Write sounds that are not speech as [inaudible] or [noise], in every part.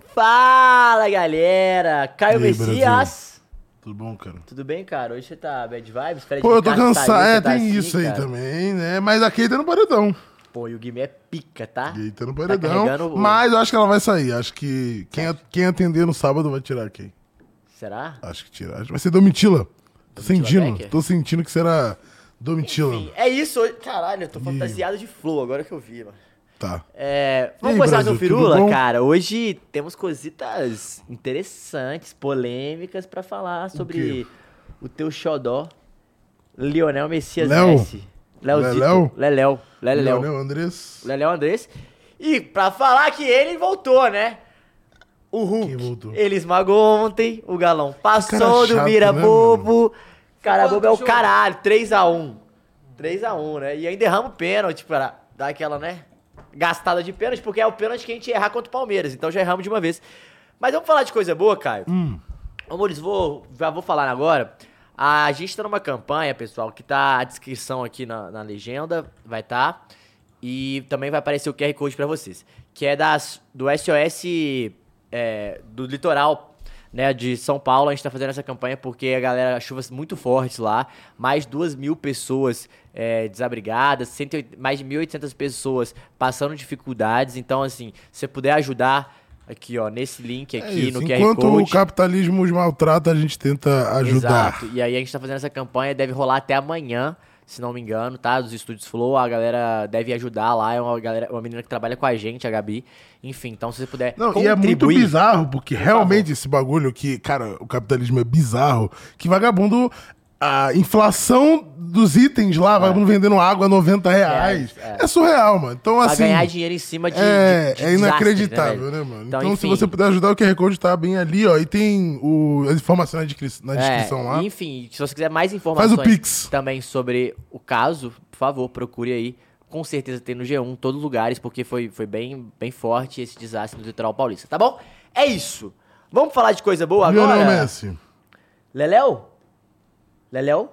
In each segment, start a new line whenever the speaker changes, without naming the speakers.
Fala galera, Caio
E aí,
Messias.
Tudo bom, cara?
Tudo bem, cara? Hoje você tá bad vibes? Fred
Pô, eu tô
Ricardo tá
cansado.
aí,
É,
você tá
tem
assim,
isso aí
cara?
também, né? Mas a Kay tá no paredão.
Pô, e o Guimê é pica, tá?
Kay tá no
Tá
paredão.
carregando o-
mas eu acho que ela vai sair. Acho que quem, quem atender no sábado vai tirar a Kay.
Será?
Acho que tirar. Acho que Vai ser Domitila. Tô sentindo.
Becker?
Tô sentindo que será Domitila.
Enfim, é isso hoje. Caralho, eu tô fantasiado de flow agora que eu vi, mano.
Tá.
É, vamos
aí,
começar
Brasil,
no
tudo
Firula,
bom?
cara. Hoje temos cositas interessantes, polêmicas pra falar sobre
quê?
o, teu xodó, Lionel Messias
Léo?
Messi. Léozito.
Leléu?
Leléu. Leléu.
Leonel Andrés.
Leléu Andrés. é um E pra falar que ele voltou, né? O Hulk.
Quem voltou?
Ele esmagou ontem, o galão
Que cara
passou do
chato,
Mira
né,
Bobo. Cara
Quanto
Bobo é o
jogo?
caralho, 3x1. 3x1, né? E ainda erramos o pênalti pra dar aquela, né? Gastada de pênalti, porque é o pênalti que a gente ia errar contra o Palmeiras, então já erramos de uma vez. Mas vamos falar de coisa boa, Caio?
Hum,
Amores, vou, já vou falar agora. A gente tá numa campanha, pessoal, que tá a descrição aqui na, na legenda, vai tá. E também vai aparecer o QR Code pra vocês. Que é das, do SOS é, do litoral, né, de São Paulo. A gente tá fazendo essa campanha porque a galera, as chuvas muito fortes lá. Mais duas mil pessoas é, desabrigadas, 108 mais de 1.800 pessoas passando dificuldades. Então, assim, se você puder ajudar aqui, ó, nesse link
é
aqui
isso.
no QR
Enquanto
Code.
o capitalismo os maltrata, a gente tenta ajudar.
Exato. E aí a gente tá fazendo essa campanha, deve rolar até amanhã, se não me engano, tá? Dos estúdios Flow, a galera deve ajudar lá, é uma, galera, uma menina que trabalha com a gente, a Gabi. Enfim, então se você puder
Não, e é muito
contribuir...
bizarro, porque
Por
realmente esse bagulho que, cara, o capitalismo é bizarro, que vagabundo, a inflação dos itens
É.
lá, vagabundo vendendo água a 90 reais,
Reais,
é, surreal, mano. Então,
Pra
assim,
ganhar dinheiro em cima de.
é,
de- de
é
desastre, né,
inacreditável,
velho?
né, mano?
Então,
Então,
enfim,
se você puder ajudar, o QR Code tá bem ali, ó, e tem o, as informações na, descri- na
É,
descrição né, lá.
Enfim, se você quiser mais
Faz
informações
o Pix.
também sobre o caso, por favor, procure aí. Com certeza tem no G1, todos os lugares, porque foi, foi bem, bem forte esse desastre no litoral paulista, tá bom? É isso. Vamos falar de coisa boa agora?
Lionel Messi.
Leléu? Leléu?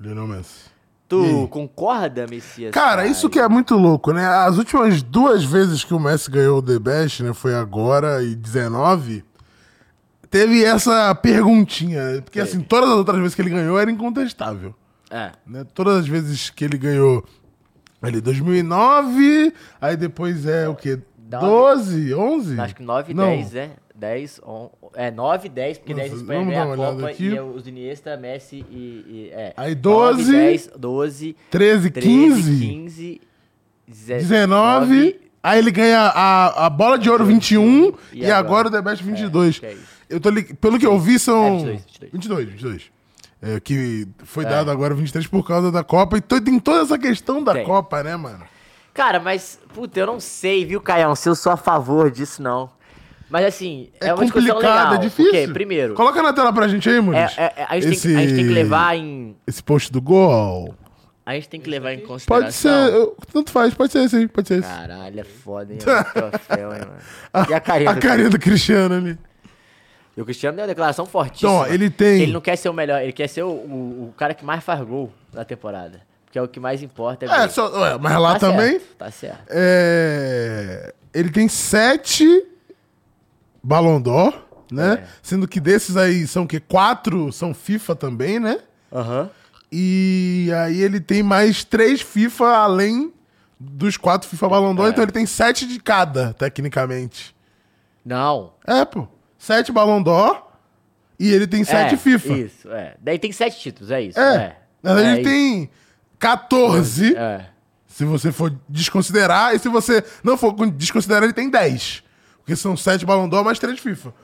Lionel Messi. E
Tu
aí?
concorda, Messias?
Cara, isso que é muito louco, né? As últimas duas vezes que o Messi ganhou o The Best, né? Foi agora e 19. Teve essa perguntinha, né? porque assim, todas as outras vezes que ele ganhou era incontestável.
É.
Né? Todas as vezes que ele ganhou ali 2009, aí depois é o quê?
Nove.
12, 11?
Acho que 9 e
Não.
10, né? 10, on... É, 9 e 10, porque
Nossa,
10 a Espanha
vamos
ganha
dar uma
a
olhada
Copa
aqui.
e é os Iniesta, Messi e... e- é.
Aí
9,
12,
10, 12,
13,
13,
15,
15,
19. Aí ele ganha a, a bola de ouro 21
E
e,
agora
agora o The Best 22.
que é isso.
Eu tô li- Pelo que eu vi,
É,
são.
22, 22.
22, 22. É, que foi dado agora 23 por causa da Copa. E to- tem toda essa questão da
Tem.
Copa, né, mano?
Cara, mas, puta, eu não sei, viu, Caião, se eu sou a favor disso, não. Mas, assim, é,
É,
uma discussão
complicado,
legal.
é difícil.
Porque, primeiro,
Coloca na tela pra gente aí, Muniz.
é- é- é- a, gente tem, que- a gente tem que levar em...
Esse post do gol.
A gente tem que levar em consideração...
Pode ser. eu- Tanto faz, pode ser esse aí, pode ser esse.
Caralho, é foda, hein?
[laughs]
mano? Troféu, hein, mano? Ah, E a carinha?
A
do-
carinha do Cristiano ali.
E o Cristiano deu uma declaração fortíssima.
Então, ó, ele tem-
Ele não quer ser o melhor, ele quer ser o, o, o cara que mais faz gol na temporada. Porque é o que mais importa.
É,
gol.
só, ué, mas lá
Tá
também.
certo, tá certo.
É, ele tem sete Ballon d'Or,
É.
né? Sendo que desses aí são o quê? Quatro são FIFA também, né?
Aham.
E aí ele tem mais três FIFA além dos quatro FIFA Ballon d'Or,
É.
então ele tem sete de cada, tecnicamente.
Não.
É, pô. Sete Ballon d'Or e ele tem sete
é,
FIFA.
Isso, é. Daí tem sete títulos, é isso.
É.
É.
Na verdade,
É
ele tem 14,
isso, É.
se você for desconsiderar, e se você não for desconsiderar, ele tem 10. Porque são sete Ballon d'Or mais três FIFA.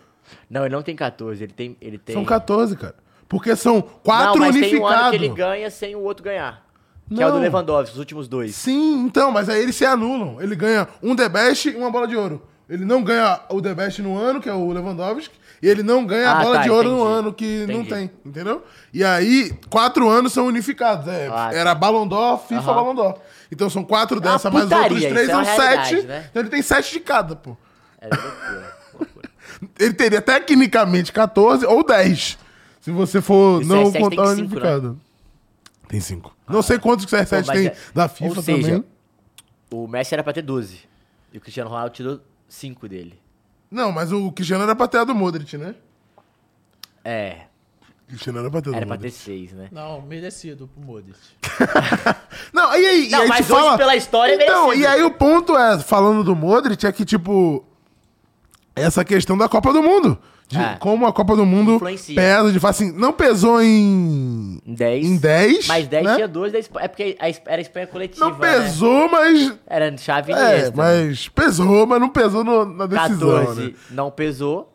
Não, ele não tem 14, ele tem. Ele tem...
São 14, cara. Porque são
Não,
quatro
mas tem um ano que
unificados.
ele ganha sem o outro ganhar. Que é o do
Não.
Lewandowski, os últimos dois.
Sim, então, mas aí eles se anulam. Ele ganha um The Best e uma bola de ouro. Ele não ganha o The Best no ano, que é o Lewandowski, e ele não ganha
Ah,
a bola
tá,
de ouro no
entendi.
ano, que não
Entendi.
tem, entendeu? E aí, quatro anos são unificados. é,
Ah, tá.
era Ballon d'Or, FIFA,
Aham. É
Ballon d'Or. Então são quatro
uma
dessa, mais os
putaria,
outros
isso
três
é uma
são sete.
realidade, né?
Então ele tem sete de cada, pô.
É loucura. loucura.
Ele teria tecnicamente 14 ou 10. Se você for
E o
não
CR7 tem
contar
cinco, né?
o
Ah,
unificado. Tem 5. Não sei quantos que o CR7
Pô, mas
tem
é-
da FIFA
ou seja,
também.
O Messi era pra ter 12. E o Cristiano Ronaldo tirou 5 dele.
Não, mas o Cristiano era pra ter a do Modric, né?
É.
O Cristiano era pra ter a do
Era pra ter
Modric.
seis, né?
Não, merecido pro Modric.
Não, e aí, e
Não,
aí
mas
tu
hoje
fala...
pela história é
Então,
merecido.
e aí o ponto é, falando do Modric, é que, tipo, essa questão da Copa do Mundo. De
É.
como a Copa do Mundo
Influencia.
pesa, de fato, assim, não pesou em...
Dez.
em 10,
Mas 10
né?
tinha 2 da Espanha. É porque a, Esp- era a Espanha coletiva. Né?
Não pesou, mas...
Era chave né?
É,
Iniesta.
mas pesou, mas não pesou no- na decisão,
14
né?
não pesou.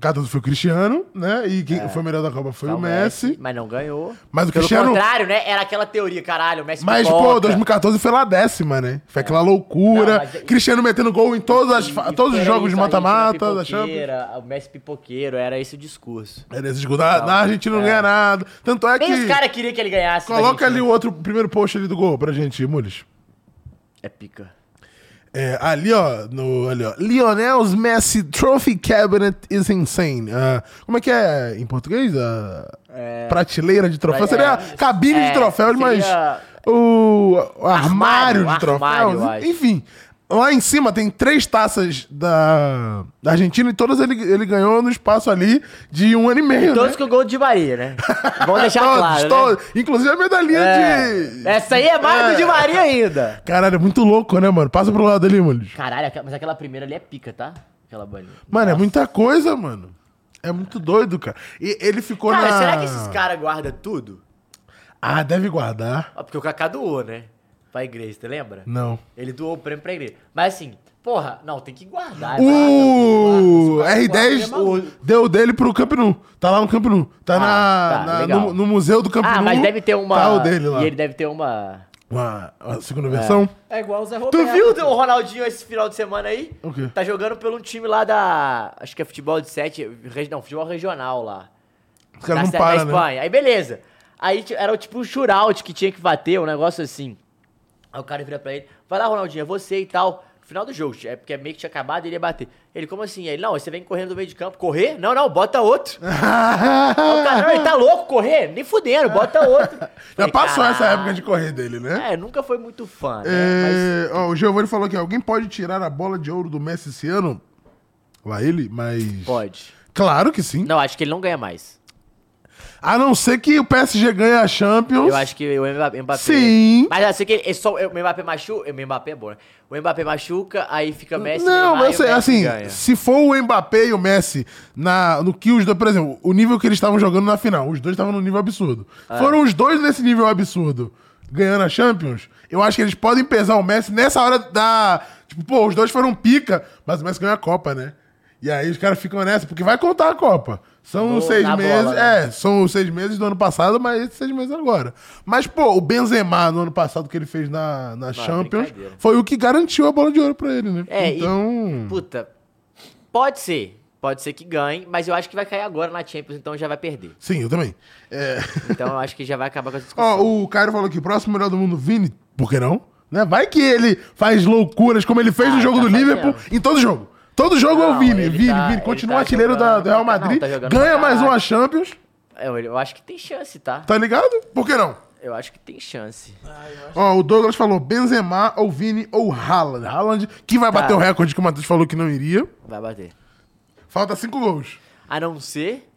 14 foi o Cristiano, né? E quem foi o melhor da Copa foi
tá
o Messi.
Mas não ganhou.
Mas o
Pelo
Cristiano...
contrário, né? Era aquela teoria, caralho, o Messi
Mas, pô,
pipoca.
2014 foi lá décima, né? Foi aquela loucura.
Não, mas é-
Cristiano metendo gol em todas as,
E-
fa-
e
todos os
era
jogos de
isso, a Argentina
mata-mata da Champions.
pipoqueira, O Messi pipoqueiro, era esse o discurso.
Era esses gols. Ah,
Não,
não, a Argentina não ganha nada. Tanto é
Nem os
que.
caras queriam que ele ganhasse. da
Coloca ali
Argentina.
o outro primeiro post ali do gol pra gente, Mules.
É pica.
É, ali, ó, no, ali, ó. Lionel's Messi Trophy Cabinet is insane. Ah, como é que é em português? Ah, Prateleira de troféu.
É,
Seria cabine
é,
de troféus, mas
seria-
o o armário,
Armário,
de troféus.
armário, eu acho.
enfim, lá em cima tem três taças da, da Argentina e todas ele, ele ganhou no espaço ali de um ano e meio,
Todos
né? É,
com gol de Maria,
[laughs]
né? Então, Vamos deixar
Todos,
claro, né?
todos. Inclusive a medalhinha de...
É. Essa aí é mais do Di Maria ainda.
Caralho, é muito louco, né, mano? Passa pro lado ali, Mules.
Caralho, aqua- mas aquela primeira ali é pica, tá? Aquela bolinha.
Mano, é muita coisa, mano. É muito doido, cara. E ele ficou
Cara,
na...
será que esses caras guardam tudo?
Ah, deve guardar.
Ó, porque o Kaká doou, né? Pra igreja, você lembra?
Não.
Ele doou o prêmio pra igreja. Mas assim, porra, não, tem que guardar.
O R10
guarda, guarda.
Uh! deu dele pro Camp Nou. Tá lá no Camp Nou. Tá,
Ah,
na,
tá,
na-
legal.
no, no museu do Camp Nou.
Ah, mas deve ter uma.
Tá o dele lá.
E ele deve ter uma.
Uma, uma segunda versão.
É igual o Zé Roberto.
Tu viu o Ronaldinho esse final de semana aí?
O quê?
Tá jogando pelo um time lá da. Acho que é futebol de sete. regi- Não, futebol regional lá.
Os caras
da, da
não param, né?
Tá
[laughs]
Espanha. Aí beleza. Aí ti- era tipo um shootout que tinha que bater, um negócio assim. Aí o cara vira pra ele, vai lá, Ronaldinho, é você e tal. No Final do jogo, é porque meio que tinha acabado e ele ia bater. Ele, como assim? Aí, não, você vem correndo do meio de campo. Correr? Não, não, bota outro. Aí o cara, não, ele tá louco, correr? Nem fudendo, bota outro.
[laughs] Já
Falei,
passou essa
"Caralho."
época de correr dele, né?
É, nunca foi muito fã, né? Mas-
É, ó, o Giovanni falou que alguém pode tirar a bola de ouro do Messi esse ano? Lá ele, mas...
Pode.
Claro que sim.
Não, acho que ele não ganha mais.
A não ser que o PSG ganhe a Champions.
Eu acho que o Mbappé. Mbappé-
Sim.
Mas eu sei que ele, é só, o Mbappé machuca. O Mbappé é bom, né? O Mbappé machuca, aí fica Messi.
Não,
Neymar,
mas eu
e o
sei,
Messi
assim,
ganha.
se for o Mbappé e o Messi na, no que os dois, por exemplo, o nível que eles estavam jogando na final, os dois estavam num nível absurdo.
É.
Foram os dois nesse nível absurdo ganhando a Champions, eu acho que eles podem pesar o Messi nessa hora da. Tipo, pô, os dois foram pica, mas o Messi ganhou a Copa, né? E aí os caras ficam nessa, porque vai contar a Copa. São
No-
os seis
na bola,
meses.
né?
É, são os seis meses do ano passado, mas esses seis meses agora. Mas, pô, o Benzema no ano passado que ele fez na, na Champions
é brincadeira.
foi o que garantiu a bola de ouro pra ele, né?
É,
então.
e. Puta. Pode ser. Pode ser que ganhe, mas eu acho que vai cair agora na Champions, então já vai perder.
Sim, eu também. É. [laughs]
Então eu acho que já vai acabar com essa discussão.
Ó, o Caio falou que próximo melhor do mundo, Vini. Por que não? Né? Vai que ele faz loucuras como ele fez
Ah,
no jogo
tá
do Liverpool,
fazendo.
em todo jogo. Todo jogo é o
Não,
Vini.
ele
Vini,
tá-
Vini.
ele
Continua
tá
artilheiro da,
jogando-
do Real
tá- não,
Madrid.
tá jogando
ganha
pra
mais
caralho.
uma Champions.
É, Eu, eu acho que tem chance, tá?
Tá ligado? Por que não?
Eu acho que tem chance.
Ó, o Douglas falou Benzema, ou Vini, ou Haaland. Haaland, que vai
Tá.
bater o recorde que o Matheus falou que não iria.
Vai bater.
Falta cinco gols.
A não ser.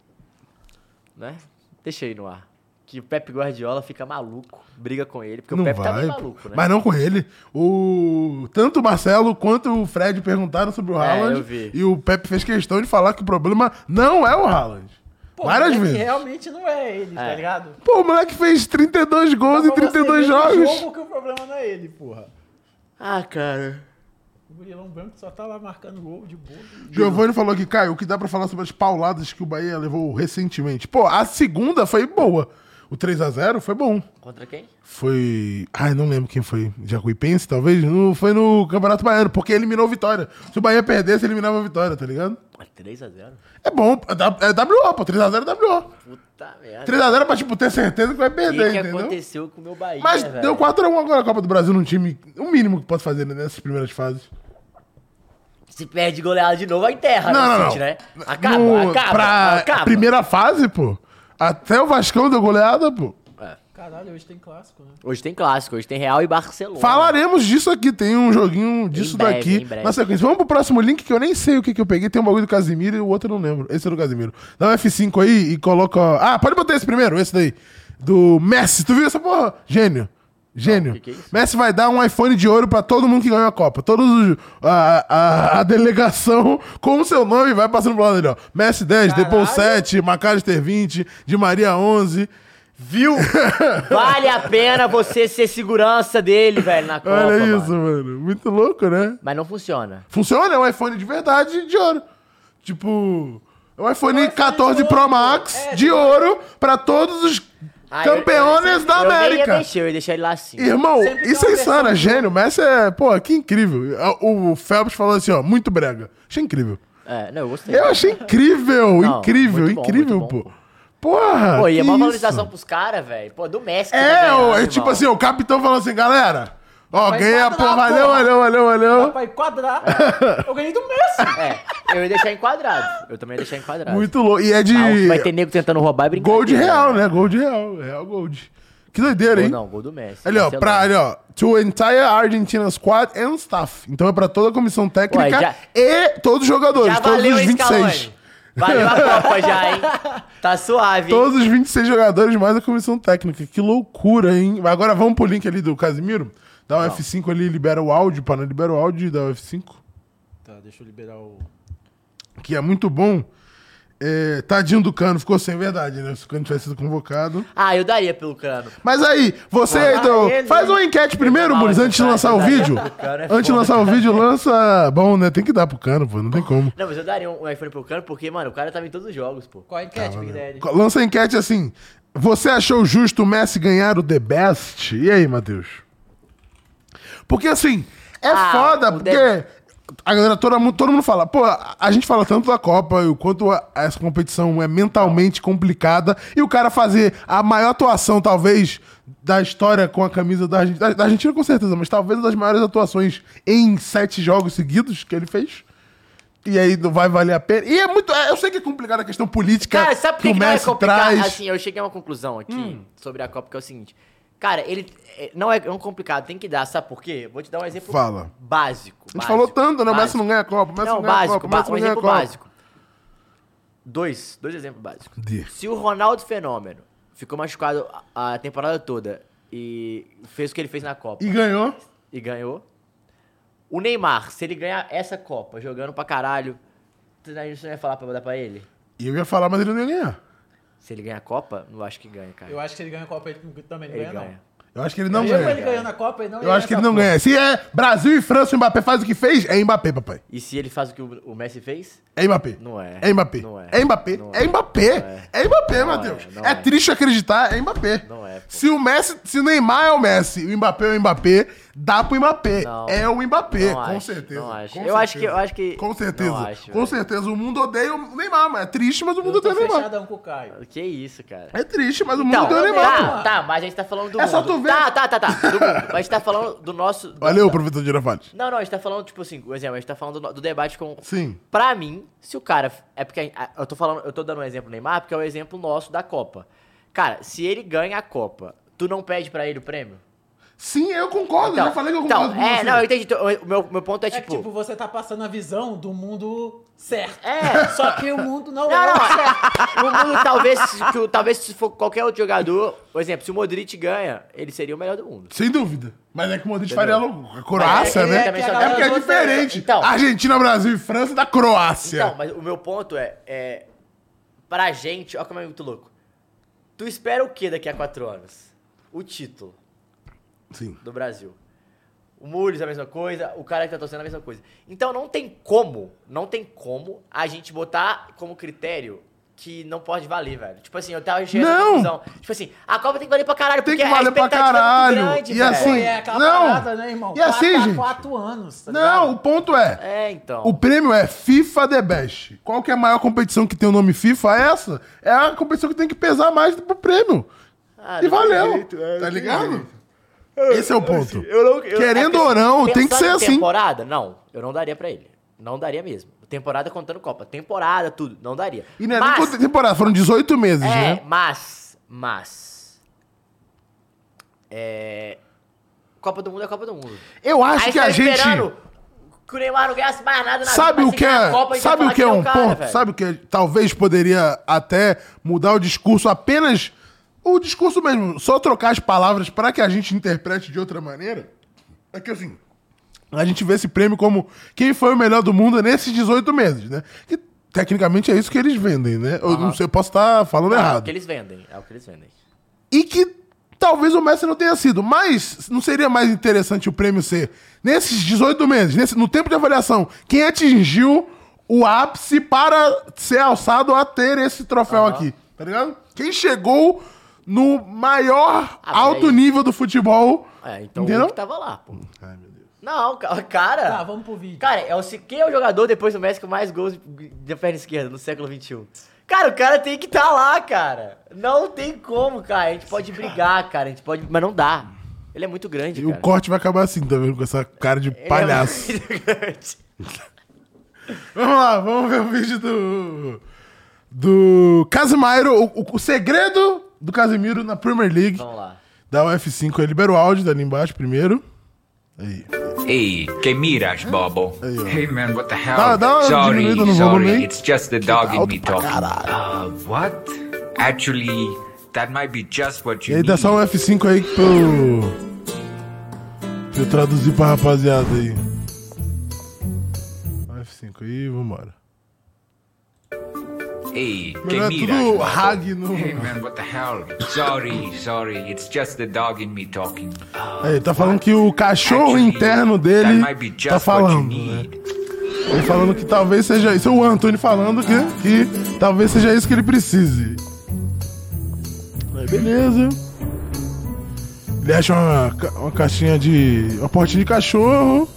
Né? Deixa aí no ar. Que o Pepe Guardiola fica maluco. Briga com ele, porque
não
o Pepe tá
vai.
meio
pô.
maluco, né?
Mas não com ele. O... Tanto o Marcelo quanto o Fred perguntaram sobre o Haaland.
É, eu vi.
E o Pepe fez questão de falar que o problema não é o Haaland.
Pô,
Várias
mas é que
vezes.
Realmente não é ele, tá
É.
ligado?
Pô, o moleque fez 32 gols em
Pra você ver
32
no
jogos.
jogo que o problema não é ele, porra.
Ah, cara.
O Gurilão Branco só tá lá marcando gol de boa.
Giovanni falou que, Caio, o que dá pra falar sobre as pauladas que o Bahia levou recentemente? Pô, a segunda foi boa. O 3x0 foi bom.
Contra quem?
Foi. Ai, não lembro quem foi. Jacuipense, talvez? Não, foi no Campeonato Baiano, porque eliminou a vitória. Se o Bahia perdesse, eliminava a vitória, tá ligado?
3x0.
É bom, é da- é WO, pô. 3x0 é WO.
Puta merda.
3x0 é pra, tipo, ter certeza que vai
O
perder,
que, que
entendeu?
aconteceu com o meu Bahia,
Mas
velho?
deu 4x1 agora a Copa do Brasil num time. O mínimo que pode fazer né, nessas primeiras fases.
Se perde goleada de novo, aí enterra.
Não,
né,
não, não.
City, né? Acaba,
No-
acaba,
pra
acaba.
primeira fase, pô. Até o Vascão deu goleada, pô.
É.
Caralho, hoje tem clássico, né?
Hoje tem clássico, hoje tem Real e Barcelona.
Falaremos disso aqui, tem um joguinho disso
breve, em
daqui
breve.
na sequência. Vamos pro próximo link que eu nem sei o que, que eu peguei. Tem um bagulho do Casimiro e o outro eu não lembro. Esse é do Casimiro. Dá um F5 aí e coloca. Ah, pode botar esse primeiro, esse daí. Do Messi. Tu viu essa porra? Gênio. Gênio.
Não, que que é isso?
Messi vai dar um iPhone de ouro pra todo mundo que ganhou a Copa. Todos os- a, a, a delegação [laughs] com o seu nome vai passando pro lado dele, ó. Messi 10, Depou
Caralho.
7, Macalister 20, Di Maria 11. Viu? [laughs]
Vale a pena você ser segurança dele, velho, na Copa.
[laughs] Olha isso,
mano.
mano. Muito louco, né?
Mas não funciona.
Funciona, é um iPhone de verdade de ouro. Tipo, é um iPhone
É um iPhone
14
de
Pro
ouro,
Max
é,
de
de
ouro pra todos os
Ah, eu-
campeões da
Eu nem ia
América.
deixar, eu ia deixar ele lá assim.
Irmão,
Sempre tem
isso é
uma
insano, é gênio. O Messi é, pô, que incrível. O o Phelps falou assim, ó, muito brega. Achei incrível.
É, não, eu gostei.
Eu achei incrível,
Não,
incrível,
muito bom,
incrível,
muito bom,
pô. Porra!
Pô, e é
que
uma
isso?
valorização pros caras, velho. Pô, do Messi. que tá
É,
ganhando,
o- é
irmão.
tipo assim, o capitão falou assim, galera, ó,
Vai
ganhei a
quadrar,
porra, valeu,
porra.
valeu, valeu, valeu. [laughs]
Vai quadrar. Eu ganhei do Messi.
É, eu ia deixar enquadrado. Eu também ia deixar enquadrado.
Muito louco. E é de...
Ah, o que vai ter nego tentando roubar e brincar.
Gold real, né? Gold real. Real gold. Que doideira,
Gol
hein?
não, é gol do Messi.
Ali, ó,
Barcelona.
pra, ali, ó. To entire Argentina squad and staff. Então é pra toda a comissão técnica
Ué, já-
e todos os jogadores,
Já
todos
valeu,
os
hein,
26.
Scaloni? Valeu
[laughs]
a Copa já, hein? Tá suave, hein?
Todos os 26 jogadores mais a comissão técnica. Que loucura, hein? Agora vamos pro link ali do Casimiro. Dá um F5 ali, libera o áudio. Para libera o áudio e dá o F5.
Tá, deixa eu liberar o.
Que é muito bom. É, tadinho do Cano, ficou sem verdade, né? Se o Cano tivesse sido convocado.
Ah, eu daria pelo cano.
Mas aí, você então,
ele. tá
faz uma enquete primeiro, Muniz, antes de lançar o vídeo.
Cara, é
Antes de
foda.
lançar o vídeo, lança. Bom, né? Tem que dar pro cano, pô, não tem
[laughs]
como.
Não, mas eu daria um, um iPhone pro cano, porque, mano, o cara tava em todos os jogos, pô.
Qual a enquete, Big Daddy?
Lança a enquete assim. Você achou justo o Messi ganhar o The Best? E aí, Matheus? Porque assim, é
Ah,
foda,
o
porque.
The-
A galera, todo mundo, todo mundo fala, pô, a a gente fala tanto da Copa e o quanto a- essa competição é mentalmente complicada e o cara fazer a maior atuação, talvez, da história com a camisa da Argentina, da- da Argentina com certeza, mas talvez uma das maiores atuações em sete jogos seguidos que ele fez. E aí não vai valer a pena. E é muito. é, Eu sei que é complicada a questão política
Cara, sabe por
que
que,
o
que não é
Messi
complicado?
traz. Hum.
Assim, eu cheguei a uma conclusão aqui sobre a Copa, que é o seguinte. Cara, ele é, não é é um complicado, tem que dar, sabe por quê? Vou te dar um exemplo
Fala.
básico.
A gente falou tanto, né? O Messi não ganha a Copa, o Messi não,
Não,
ganha a
básico,
Copa, o
ba-
Messi
um
não ganha a
exemplo
Copa.
básico. Dois, dois exemplos básicos.
Dê.
Se o Ronaldo Fenômeno ficou machucado a a temporada toda e fez o que ele fez na Copa
E ganhou.
e ganhou. O Neymar, se ele ganhar essa Copa jogando pra caralho, você não ia falar pra mandar pra ele?
E eu ia falar, mas ele não ia ganhar.
Se ele ganhar a Copa, não acho que ganha, cara.
Eu acho que ele ganha a Copa, ele também não
ele
ganha,
ganha.
Eu acho que ele não
não. Eu ele
ganha.
ganhando a Copa, ele não
Eu acho que ele não ganha. Se é Brasil e França, o Mbappé faz o que fez, é Mbappé, papai.
E se ele faz o que o o Messi fez?
É Mbappé.
Não é.
É Mbappé.
Não é.
É Mbappé.
Não
É
é.
Mbappé. É Mbappé, Matheus.
não
É
é.
triste acreditar, é Mbappé.
Não é, pô.
Se o Messi, se o Neymar é o Messi, o Mbappé é o Mbappé, dá pro Mbappé.
Não.
É o Mbappé,
Não
com
acho,
certeza.
não acho.
com
Eu acho
certeza.
que- eu acho que-
Com
não
certeza.
acho,
com
velho.
certeza. O mundo odeia o Neymar, mas é triste, mas o mundo
Eu tô
odeia o Neymar.
fechadão com o Caio.
Que isso, cara.
É triste, mas o mundo
Então,
odeia o Neymar.
tá,
pô.
tá, mas a gente tá falando do
É
mundo.
só tu ver.
Tá, tá, tá, tá. do mundo. Mas a gente tá falando do nosso... do-
Valeu, professor Girafales.
Não, não, a gente tá falando, tipo assim, por exemplo, a gente tá falando do, do debate com...
Sim.
Pra mim, se o cara... É porque a- eu tô falando, eu tô dando um exemplo do Neymar, porque é o exemplo nosso da Copa. Cara, se ele ganha a Copa, tu não pede pra ele o prêmio?
Sim, eu concordo. eu já falei que eu concordo
então,
com
é,
você.
não, eu entendi. Então, O meu, meu ponto é,
É que, tipo,
tipo...
você tá passando a visão do mundo certo.
É,
Só que o mundo não,
Não,
é
não,
o certo.
é. No mundo, talvez, que o- talvez se for qualquer outro jogador, por exemplo, se o Modric ganha, ele seria o melhor do mundo.
Sem dúvida. Mas é que o Modric faria louco. A Croácia,
Mas é que
né?
ele também
É
só-
porque é diferente.
Então.
Argentina, Brasil e França da Croácia.
Então, mas o meu ponto é, é pra gente, olha como é muito louco. Tu espera o que daqui a quatro anos? O título
Sim.
do Brasil. O Mules é a mesma coisa, o cara que tá torcendo é a mesma coisa. Então não tem como, não tem como a gente botar como critério que não pode valer, velho. Tipo assim, eu tava chegando
Não!
Tipo assim, a Copa tem que valer pra caralho,
Tem
porque
que
a
valer pra
expectativa é muito
caralho.
grande,
E
velho.
assim,
Pô, e é aquela
Não.
parada, né, irmão?
E assim,
Quatro-
gente?
Quatro anos, tá
Não, o
ligado?
ponto é.
É, então.
O prêmio é FIFA The Best. Qual que é a maior competição que tem o nome FIFA? Essa é a competição que tem que pesar mais pro prêmio.
Ah,
e
não tem
valeu.
jeito, é,
tá
não tem
ligado?
jeito.
Esse é o ponto.
Eu não- eu-
Querendo
é
ou não,
pensando
tem que ser
em
assim.
Temporada? Não, eu não daria pra ele. Não daria mesmo. Temporada contando Copa. Temporada, tudo. Não daria.
E não é nem
mas,
né? contra- temporada, foram 18 meses,
é,
né?
mas, mas. É. Copa do Mundo é Copa do Mundo.
Eu acho
Aí você
que
tá
a gente.
esperando que o Neymar não ganhasse mais nada na
Sabe
vida,
o
mas
que
se ganhar
é?
a Copa, então a gente vai
sabe o
falar
que é
ele
um
cara,
ponto?
velho.
Sabe o que talvez poderia até mudar o discurso apenas o discurso mesmo, só trocar as palavras para que a gente interprete de outra maneira? É que assim, a gente vê esse prêmio como quem foi o melhor do mundo nesses 18 meses, né? Que tecnicamente é isso que eles vendem, né?
Ah.
Eu não sei, eu posso estar falando
Não, É o
errado
que eles vendem. É o que eles vendem.
e que talvez o Messi não tenha sido. Mas não seria mais interessante o prêmio ser, nesses 18 meses, nesse, no tempo de avaliação, quem atingiu o ápice para ser alçado a ter esse troféu aqui? Tá ligado? Quem chegou no maior
Ah, mas
alto
aí-
nível do futebol.
É, então
Entendeu?
o que tava lá, pô.
Ai, meu Deus.
Não, ca- cara.
Tá, vamos pro vídeo.
Cara, é o, se- quem é o jogador depois do Messi com mais gols de perna esquerda no século XXI? Cara, o cara tem que estar lá, cara. Não tem como, cara. A gente pode brigar, cara. A gente pode. Mas não dá. Ele é muito grande,
E
cara.
o corte vai acabar assim, tá vendo? Com essa cara de
Ele é [laughs] um-
palhaço.
muito grande.
Vamos lá, vamos ver o vídeo do. Do Casimiro, o, o- o segredo do Casimiro na Premier League.
Vamos lá.
Dá o F5 aí, libera o áudio dali embaixo primeiro. Aí.
Hey, que miras, Bobo?
ó.
Hey man, what the hell?
Da- dá uma
sorry,
diminuída no
sorry,
volume aí.
it's just the dog in
alto
me
pra
talking. Uh, what? Actually, that might be just what
E
you
aí
need.
dá só um F5 aí pra eu. pra eu traduzir pra rapaziada aí. Dá Um F5 aí, vambora.
Hey, que
Melhor é
miras,
tudo
Bobo?
rag no.
Hey man, what the hell? Sorry, sorry, it's just the dog in me talking.
Aí, tá falando que o cachorro
Actually,
interno
that
dele
might be just
tá falando,
what you
né?
need.
Ele falando que talvez seja isso. É o Anthony falando que, que talvez seja isso que ele precise. Aí, beleza. Ele acha uma, ca- uma caixinha de. uma portinha de cachorro.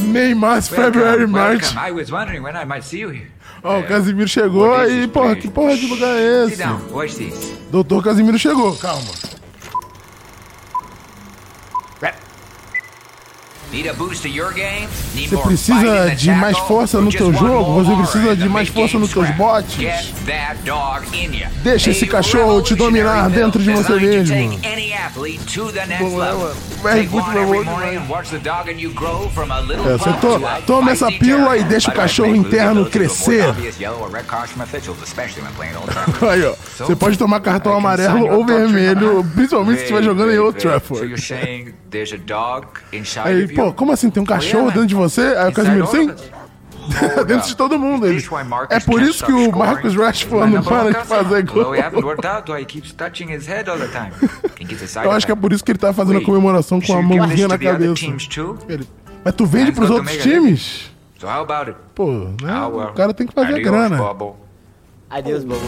Neymar, February,
Welcome,
March.
welcome. I was wondering when I might see you here.
Ó, o Casimiro chegou
What is
e,
this
porra,
place?
que porra de lugar é
Sit
esse?
down, watch this.
Doutor Casimiro chegou, calma.
Need a boost to your game? Need
Você
more
precisa
fight in the
de
tackle?
mais força no
Just
teu
one
jogo?
more
Você
hour
precisa
in
de
the
mais
big
força
game
nos teus
scrap.
botes?
Get that dog in ya.
Deixa esse
A
cachorro te dominar
revolutionary
dentro de
build
você
designed to
mesmo.
take any athlete to the next
Boa,
level.
boa. Vai,
Take
muito
one
boa,
every
muito
morning
boa.
and watch the dog in you grow from a little
É, você
pup
to-
to a
toma essa
feisty
pílula e
terrier.
deixa o
By the way,
cachorro
make moves
interno
with those who
crescer.
are more obvious, yellow or red cars from officials, especially when playing Old
[laughs]
Trafford.
Aí, ó. É Você pode tomar cartão amarelo ou vermelho, principalmente se estiver jogando em Old Trafford. Aí,
Aí,
pô, como assim? Tem um cachorro dentro de você? Aí o Casimiro, sim? [laughs] dentro de todo mundo. Ele. É por isso que o Marcus Rashford não é para de fazer gol. Eu [laughs]
Eu
acho que é por isso que ele tá fazendo a comemoração com a mãozinha na cabeça. Ele, Mas tu vende pros outros times?
So how about it?
Pô, né?
Ah, well.
O cara tem que fazer a
Adios,
grana.
Bobo.
Adeus, bobo.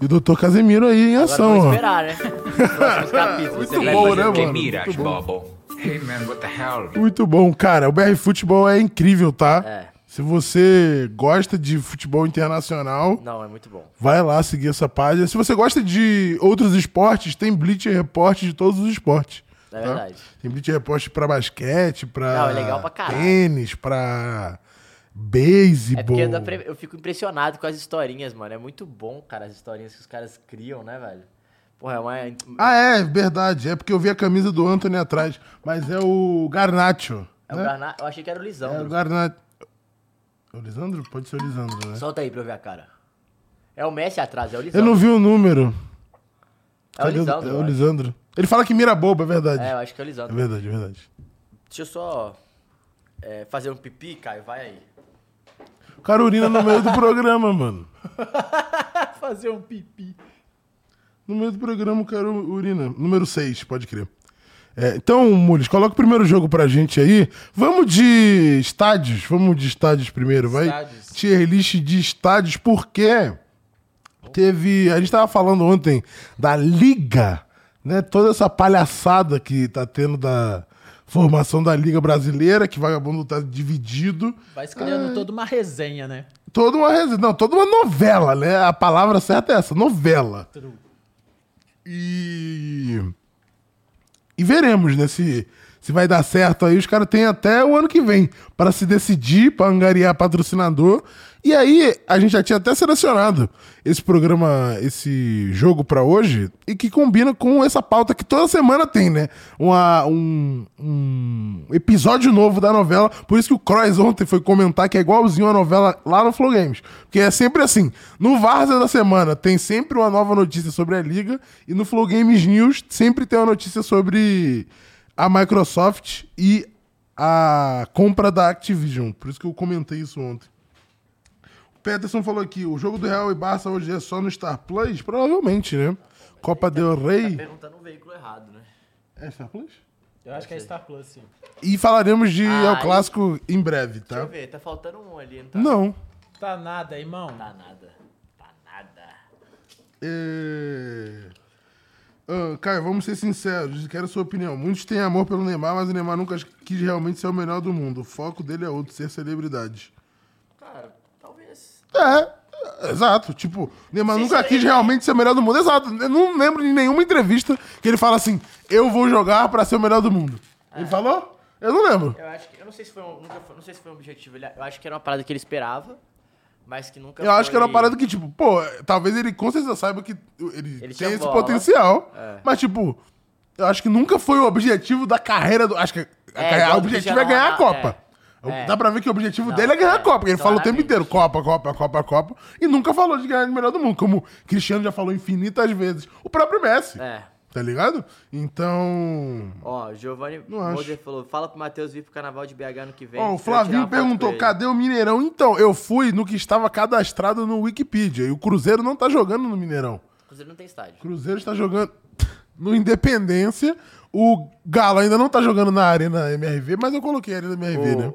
E o Dr. Casemiro aí em
Agora vamos
ação, ó.
esperar, né? [laughs] Próximos capítulos.
Muito
você vai
bom,
fazer
né,
o quê?
Que
mano?
miras,
Muito bom.
Bobo. Hey man, what the hell?
Muito bom, cara. O BR Futebol é incrível, tá?
É.
Se você gosta de futebol internacional,
Não, é muito bom.
vai lá seguir essa página. Se você gosta de outros esportes, tem Bleacher Report de todos os esportes.
É
tá?
verdade.
Tem Bleacher Report pra basquete, pra,
Não, é legal pra caralho.
tênis, pra beisebol.
É porque eu, dá pre- eu fico impressionado com as historinhas, mano. É muito bom, cara, as historinhas que os caras criam, né, velho? Porra, é uma.
Ah, é, verdade. É porque eu vi a camisa do Anthony atrás, mas é o Garnacho.
é o
né?
Garna- Eu achei que era o
É
Lisandro.
o Garnacho. É O Lisandro? Pode ser o Lisandro, né?
Solta aí pra eu ver a cara. É o Messi atrás, é o
Eu
Lisandro.
não vi o número.
É o
Cadê
Lisandro.
É
eu
o
acho.
Lisandro. Ele fala que mira boba, é verdade.
É, eu
É,
acho que é o Lisandro.
verdade, é verdade.
Deixa eu só é, fazer um pipi, Caio, vai aí.
O cara urina no meio do programa, mano.
Fazer um pipi.
No meio do programa o cara urina. Número 6, pode crer. É, então, Mules, coloca o primeiro jogo pra gente aí. Vamos de estádios. Vamos de estádios primeiro, vai.
Estádios.
Tier list de estádios, porque teve. A gente tava falando ontem da Liga, né? Toda essa palhaçada que tá tendo da formação da Liga Brasileira, que vagabundo tá dividido.
Vai se criando toda uma resenha, né?
Toda uma resenha. Não, toda uma novela, né? A palavra certa é essa, novela. E. E veremos, né? Se, se vai dar certo aí. Os caras têm até o ano que vem para se decidir, para angariar patrocinador. E aí, a gente já tinha até selecionado esse programa, esse jogo para hoje, e que combina com essa pauta que toda semana tem, né? Uma- um, um episódio novo da novela. Por isso que o Croix ontem foi comentar que é igualzinho a novela lá no Flow Games. Porque é sempre assim: no Várzea da semana tem sempre uma nova notícia sobre a Liga, e no Flow Games News sempre tem uma notícia sobre a Microsoft e a compra da Activision. Por isso que eu comentei isso ontem. Peterson falou aqui, o jogo do Real e Barça hoje é só no Star Plus? Provavelmente, né? Copa del Rey.
Pergunta no veículo errado, né?
É Star Plus?
Eu acho que é Star Plus, sim.
E falaremos de
Ah,
El Clássico em breve,
Deixa eu
tá?
ver, tá faltando um ali, não tá?
Não.
Tá nada, irmão.
Tá nada. Tá nada.
É... Ah, Caio, vamos ser sinceros, quero sua opinião. Muitos têm amor pelo Neymar, mas o Neymar nunca quis realmente ser o melhor do mundo. O foco dele é outro, ser celebridade.
Cara, talvez.
É, exato. Tipo, o Neymar
Sim,
nunca
sim,
quis
ele-
realmente ser o melhor do mundo. Exato. Eu não lembro de nenhuma entrevista que ele fala assim: eu vou jogar pra ser o melhor do mundo. Ele falou? Eu não lembro.
Eu acho que. Eu não sei se foi um. Nunca foi- não sei se foi um objetivo. ele- Eu acho que era uma parada que ele esperava. Mas que nunca
Eu acho que era uma
foi-
parada que, tipo, pô, talvez ele com certeza saiba que ele,
Ele
tem
tinha
esse
bola.
potencial,
É.
mas, tipo, eu acho que nunca foi o objetivo da carreira do. Acho que a
É,
carreira-
igual
o
do
objetivo é
Cristiano
ganhar a
Ronaldo,
Copa.
é.
Dá pra ver que o objetivo
Não,
dele é ganhar a
é,
Copa, porque ele falou o tempo
claramente.
inteiro Copa, Copa, Copa, Copa, e nunca falou de ganhar o melhor do mundo, como o Cristiano já falou infinitas vezes. O próprio Messi,
É.
tá ligado? Então.
Ó, Giovanni
Não
Moser falou: fala pro Matheus vir pro carnaval de BH no que vem.
Ó, o
pra eu tirar uma
Flavinho
foto
perguntou:
com ele."
cadê o Mineirão? Então, eu fui no que estava cadastrado no Wikipedia, e o Cruzeiro não tá jogando no Mineirão.
Cruzeiro não tem estádio.
Cruzeiro está jogando no Independência. O Galo ainda não está jogando na Arena MRV, mas eu coloquei a Arena MRV, né?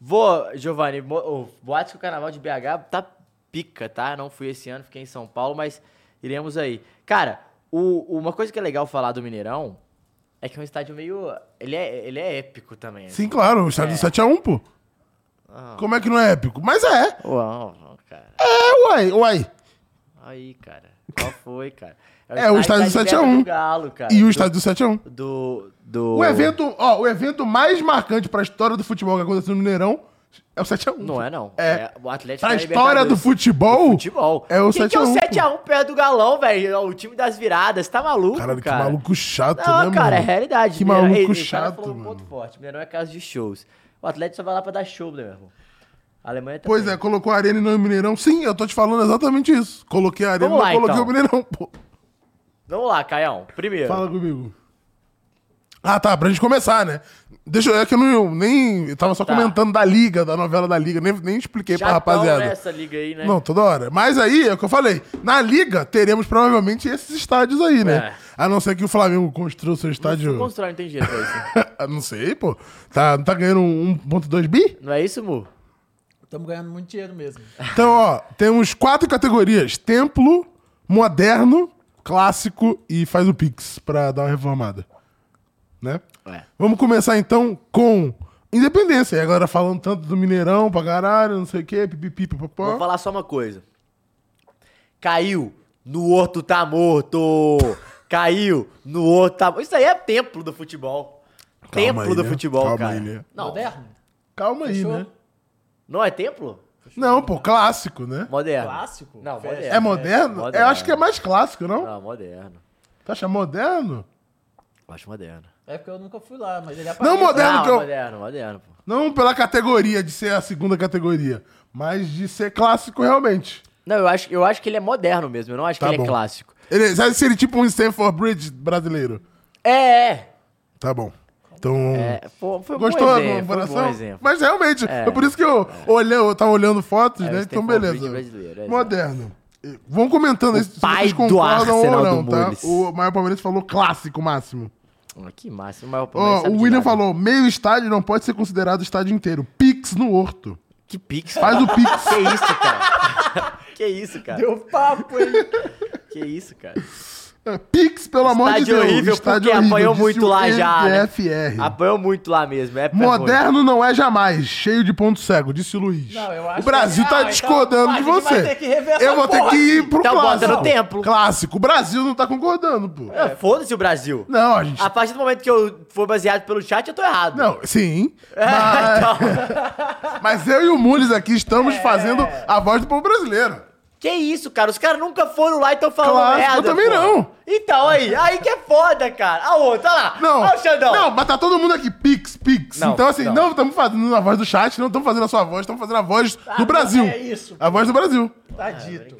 Vou, Giovanni, mo- o boato que o carnaval de BH tá pica, tá? Não fui esse ano, fiquei em São Paulo, mas iremos aí. Cara, o- uma coisa que é legal falar do Mineirão é que é um estádio meio. Ele é, ele é épico também. Ah.
Sim, claro, o estádio do 7x1, pô. Como é que não é épico? Mas é.
Uau, ah, cara.
É, uai, uai.
Aí, cara. Qual foi, cara?
É, o estádio
da
7 a
Liberta
1.
do Galo, cara.
E o
Do-
estádio do 7x1.
Do. do...
O evento, ó, o evento mais marcante para a história do futebol que aconteceu no Mineirão é o 7x1.
Não é, não.
É.
o Atlético
Pra
da
história do
Libertadores.
futebol,
futebol.
é o
Quem que
7 a 1,
é o 7x1 perto do galão, velho? É O time das viradas. Tá maluco,
Caralho, que
cara?
maluco chato, né,
Não, cara, é
mano?
realidade.
Que
Mineirão-
maluco
Ei, o cara
chato,
falou
mano.
um ponto forte. Mineirão é casa de shows. O Atlético só vai lá pra dar show, né, meu irmão? A Alemanha tá também.
Pois é, colocou a Arena e não o Mineirão. Sim, eu tô te falando exatamente isso. Coloquei a Arena e não
Vamos lá,
coloquei
então.
o Mineirão, pô.
Vamos lá, Caião. Primeiro.
Fala comigo. Ah, tá, pra gente começar, né? Deixa eu. É que eu não. eu nem. Eu tava só
Tá.
comentando da liga, da novela da liga. Nem, nem expliquei pra
Chatão
rapaziada.
nessa liga aí, né?
Não, toda hora. Mas aí, é o que eu falei. Na liga, teremos provavelmente esses estádios aí, né?
É.
A não ser que o Flamengo construa o seu estádio.
Não
[laughs]
constrói, não tem dinheiro pra isso.
Ah, não sei, pô. Tá, não tá ganhando um 1,2 bi?
Não é isso, Mu?
Estamos ganhando muito dinheiro mesmo.
Então, ó, temos quatro categorias: templo, moderno, clássico e faz o Pix pra dar uma reformada. Né?
É.
Vamos começar então com Independência. E a galera falando tanto do Mineirão pra caralho, não sei o quê, pipipi,
Vou
papapó.
falar só uma coisa. Caiu no outro tá morto. Caiu no outro tá morto. Isso aí é templo do futebol.
Calma
templo
aí,
do
né?
futebol,
Calma
cara.
aí, né?
Não,
Moderno?
Calma aí,
Fechou?
né?
não é templo?
Não, pô, clássico, né?
Moderno.
Clássico?
É. Não,
Festa.
moderno.
É moderno?
Moderno.
Eu acho que é mais clássico, não?
Não, moderno.
Tu acha moderno?
Eu acho moderno.
É porque eu nunca fui lá, mas ele apareceu.
Não moderno
não,
que eu.
moderno, moderno, pô.
Não pela categoria de ser a segunda categoria, mas de ser clássico realmente.
Não, eu acho, eu acho que ele é moderno mesmo. Eu não acho
Tá
que ele
bom.
é clássico.
Ele, sabe se ele é tipo um Stanford Bridge brasileiro?
É, é.
Tá bom. Então.
é foi, foi um
Gostou
bom
da
exemplo, foi um bom
comparação?
exemplo.
Mas realmente, é,
É.
por isso que eu, olhei, eu tava olhando fotos,
É, o
né? Então,
Stanford
beleza.
Bridge brasileiro, é,
Moderno. E Vão comentando aí se
pai
vocês
do
concordam ou
Arsenal
não,
do
tá?
Mules.
O Maior Palmeiras falou clássico máximo.
Ah, Que máximo. Mas Palmeiras
Ó,
sabe
o
de
William
nada.
falou: meio estádio não pode ser considerado estádio inteiro. Pix no horto.
Que pix.
Faz o pix.
Que isso, cara? que isso, cara?
[laughs]
Deu papo, hein?
Que isso, cara?
É, Pix, pelo amor de
Estádio
Deus.
horrível,
estádio
porque
horrível,
apanhou
disse
muito
o
lá já, né? [laughs]
PFR.
Apanhou muito lá mesmo. É pé ruim.
Moderno não é jamais, cheio de ponto cego, disse o Luiz.
Não, eu acho
o Brasil
que-
tá
Ah, então
discordando
a
de
gente vai
você.
ter que rever essa
eu vou ter
porra
que
Tá
ir
aqui.
pro
Então bota
clássico.
no templo.
Clássico. O Brasil não tá concordando, pô.
É, Foda-se o Brasil.
Não, a gente.
A partir do momento que eu for baseado pelo chat, eu tô errado.
Não, sim.
É, [laughs]
mas...
então.
[laughs] mas eu e o Mules aqui
É.
estamos fazendo a voz do povo brasileiro.
Que isso, cara? Os caras nunca foram lá e estão falando
Claro,
merda.
eu também
pô.
não.
Então, aí, aí que é foda, cara. A outra, olha lá.
Não.
Olha o Xandão.
Não, mas tá todo mundo aqui, pix, pix.
Não,
então, assim,
não.
não estamos fazendo a voz do chat, não estamos fazendo a sua voz, estamos fazendo a voz do Brasil.
é isso.
A voz do Brasil.
Tá
É,
dito.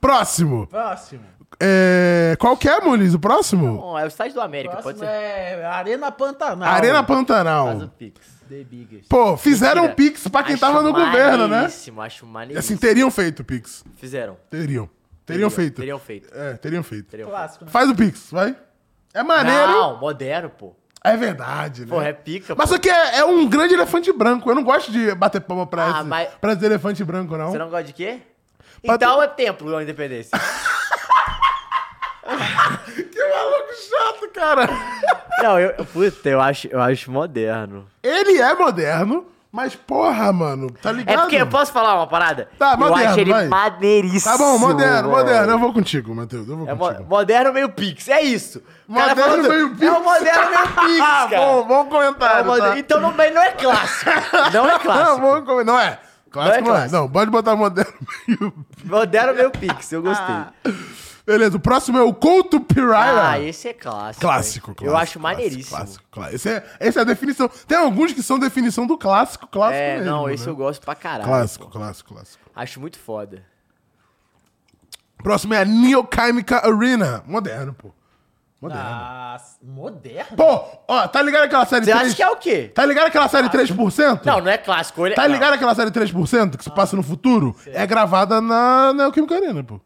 Próximo.
Próximo.
É... Qual que é, Muniz? O próximo?
Bom, é o estádio do América, pode
Próximo
ser.
é Arena Pantanal.
Arena
Faz o
Pantanal.
Pix.
The Biggest.
Pô, fizeram
Mentira.
um pix pra quem
Acho
tava no governo, né?
maneiríssimo, Acho
Assim,
maneiríssimo.
teriam feito pix.
Fizeram.
Teriam. Teriam feito.
Teriam feito.
É, teriam feito.
Teriam feito.
Clássico. né?
Faz o pix, vai. É maneiro.
Não, moderno, pô.
É verdade, né?
Pô, é pica,
Mas
pô.
só que é, é um grande elefante branco. Eu não gosto de bater palma pra,
Ah,
esse,
mas-
pra esse elefante branco, não.
Você não gosta um de quê?
Mas
Então é templo da independência. [laughs]
Que maluco chato, cara. [laughs]
não, eu. Puta, eu acho, eu acho moderno.
Ele é moderno, mas porra, mano, tá
É
ligado?
porque eu posso falar uma parada?
Tá,
Eu
moderno,
acho ele
vai.
maneiríssimo.
Tá bom, moderno,
velho.
moderno. Eu vou contigo, Matheus. Eu vou
É mo-
contigo.
moderno meio pix, é isso. O cara
Moderno
falando-
meio
É
pix. Ah,
o moderno
[laughs]
meio pix, cara.
bom, bom
É o
comentário.
moderno-
tá?
Então não, mas não é clássico.
[laughs]
Não é
Não,
clássico.
bom comentário. Não é. Clássico não é.
clássico.
Não, pode botar moderno meio.
Moderno meio pix, eu gostei.
Ah, Beleza, o próximo é o Couto Piraya.
Ah, esse é clássico.
Clássico,
hein?
clássico.
Eu acho
clássico,
maneiríssimo.
Clássico, clássico. Esse é, essa é a definição. Tem alguns que são definição do clássico, clássico
É,
mesmo.
não,
né?
esse eu gosto pra caralho.
Clássico, clássico, clássico.
Acho muito foda.
Próximo é a Neochimica Arena. Moderno, pô. Moderno.
Ah, moderno?
Pô, ó, tá ligado aquela série
Você
3?
acha que é o quê?
Tá ligado aquela série 3%?
Não, não é clássico. Ele...
Tá ligado aquela série 3% que se passa no futuro? É gravada na Neoquímica Arena, pô.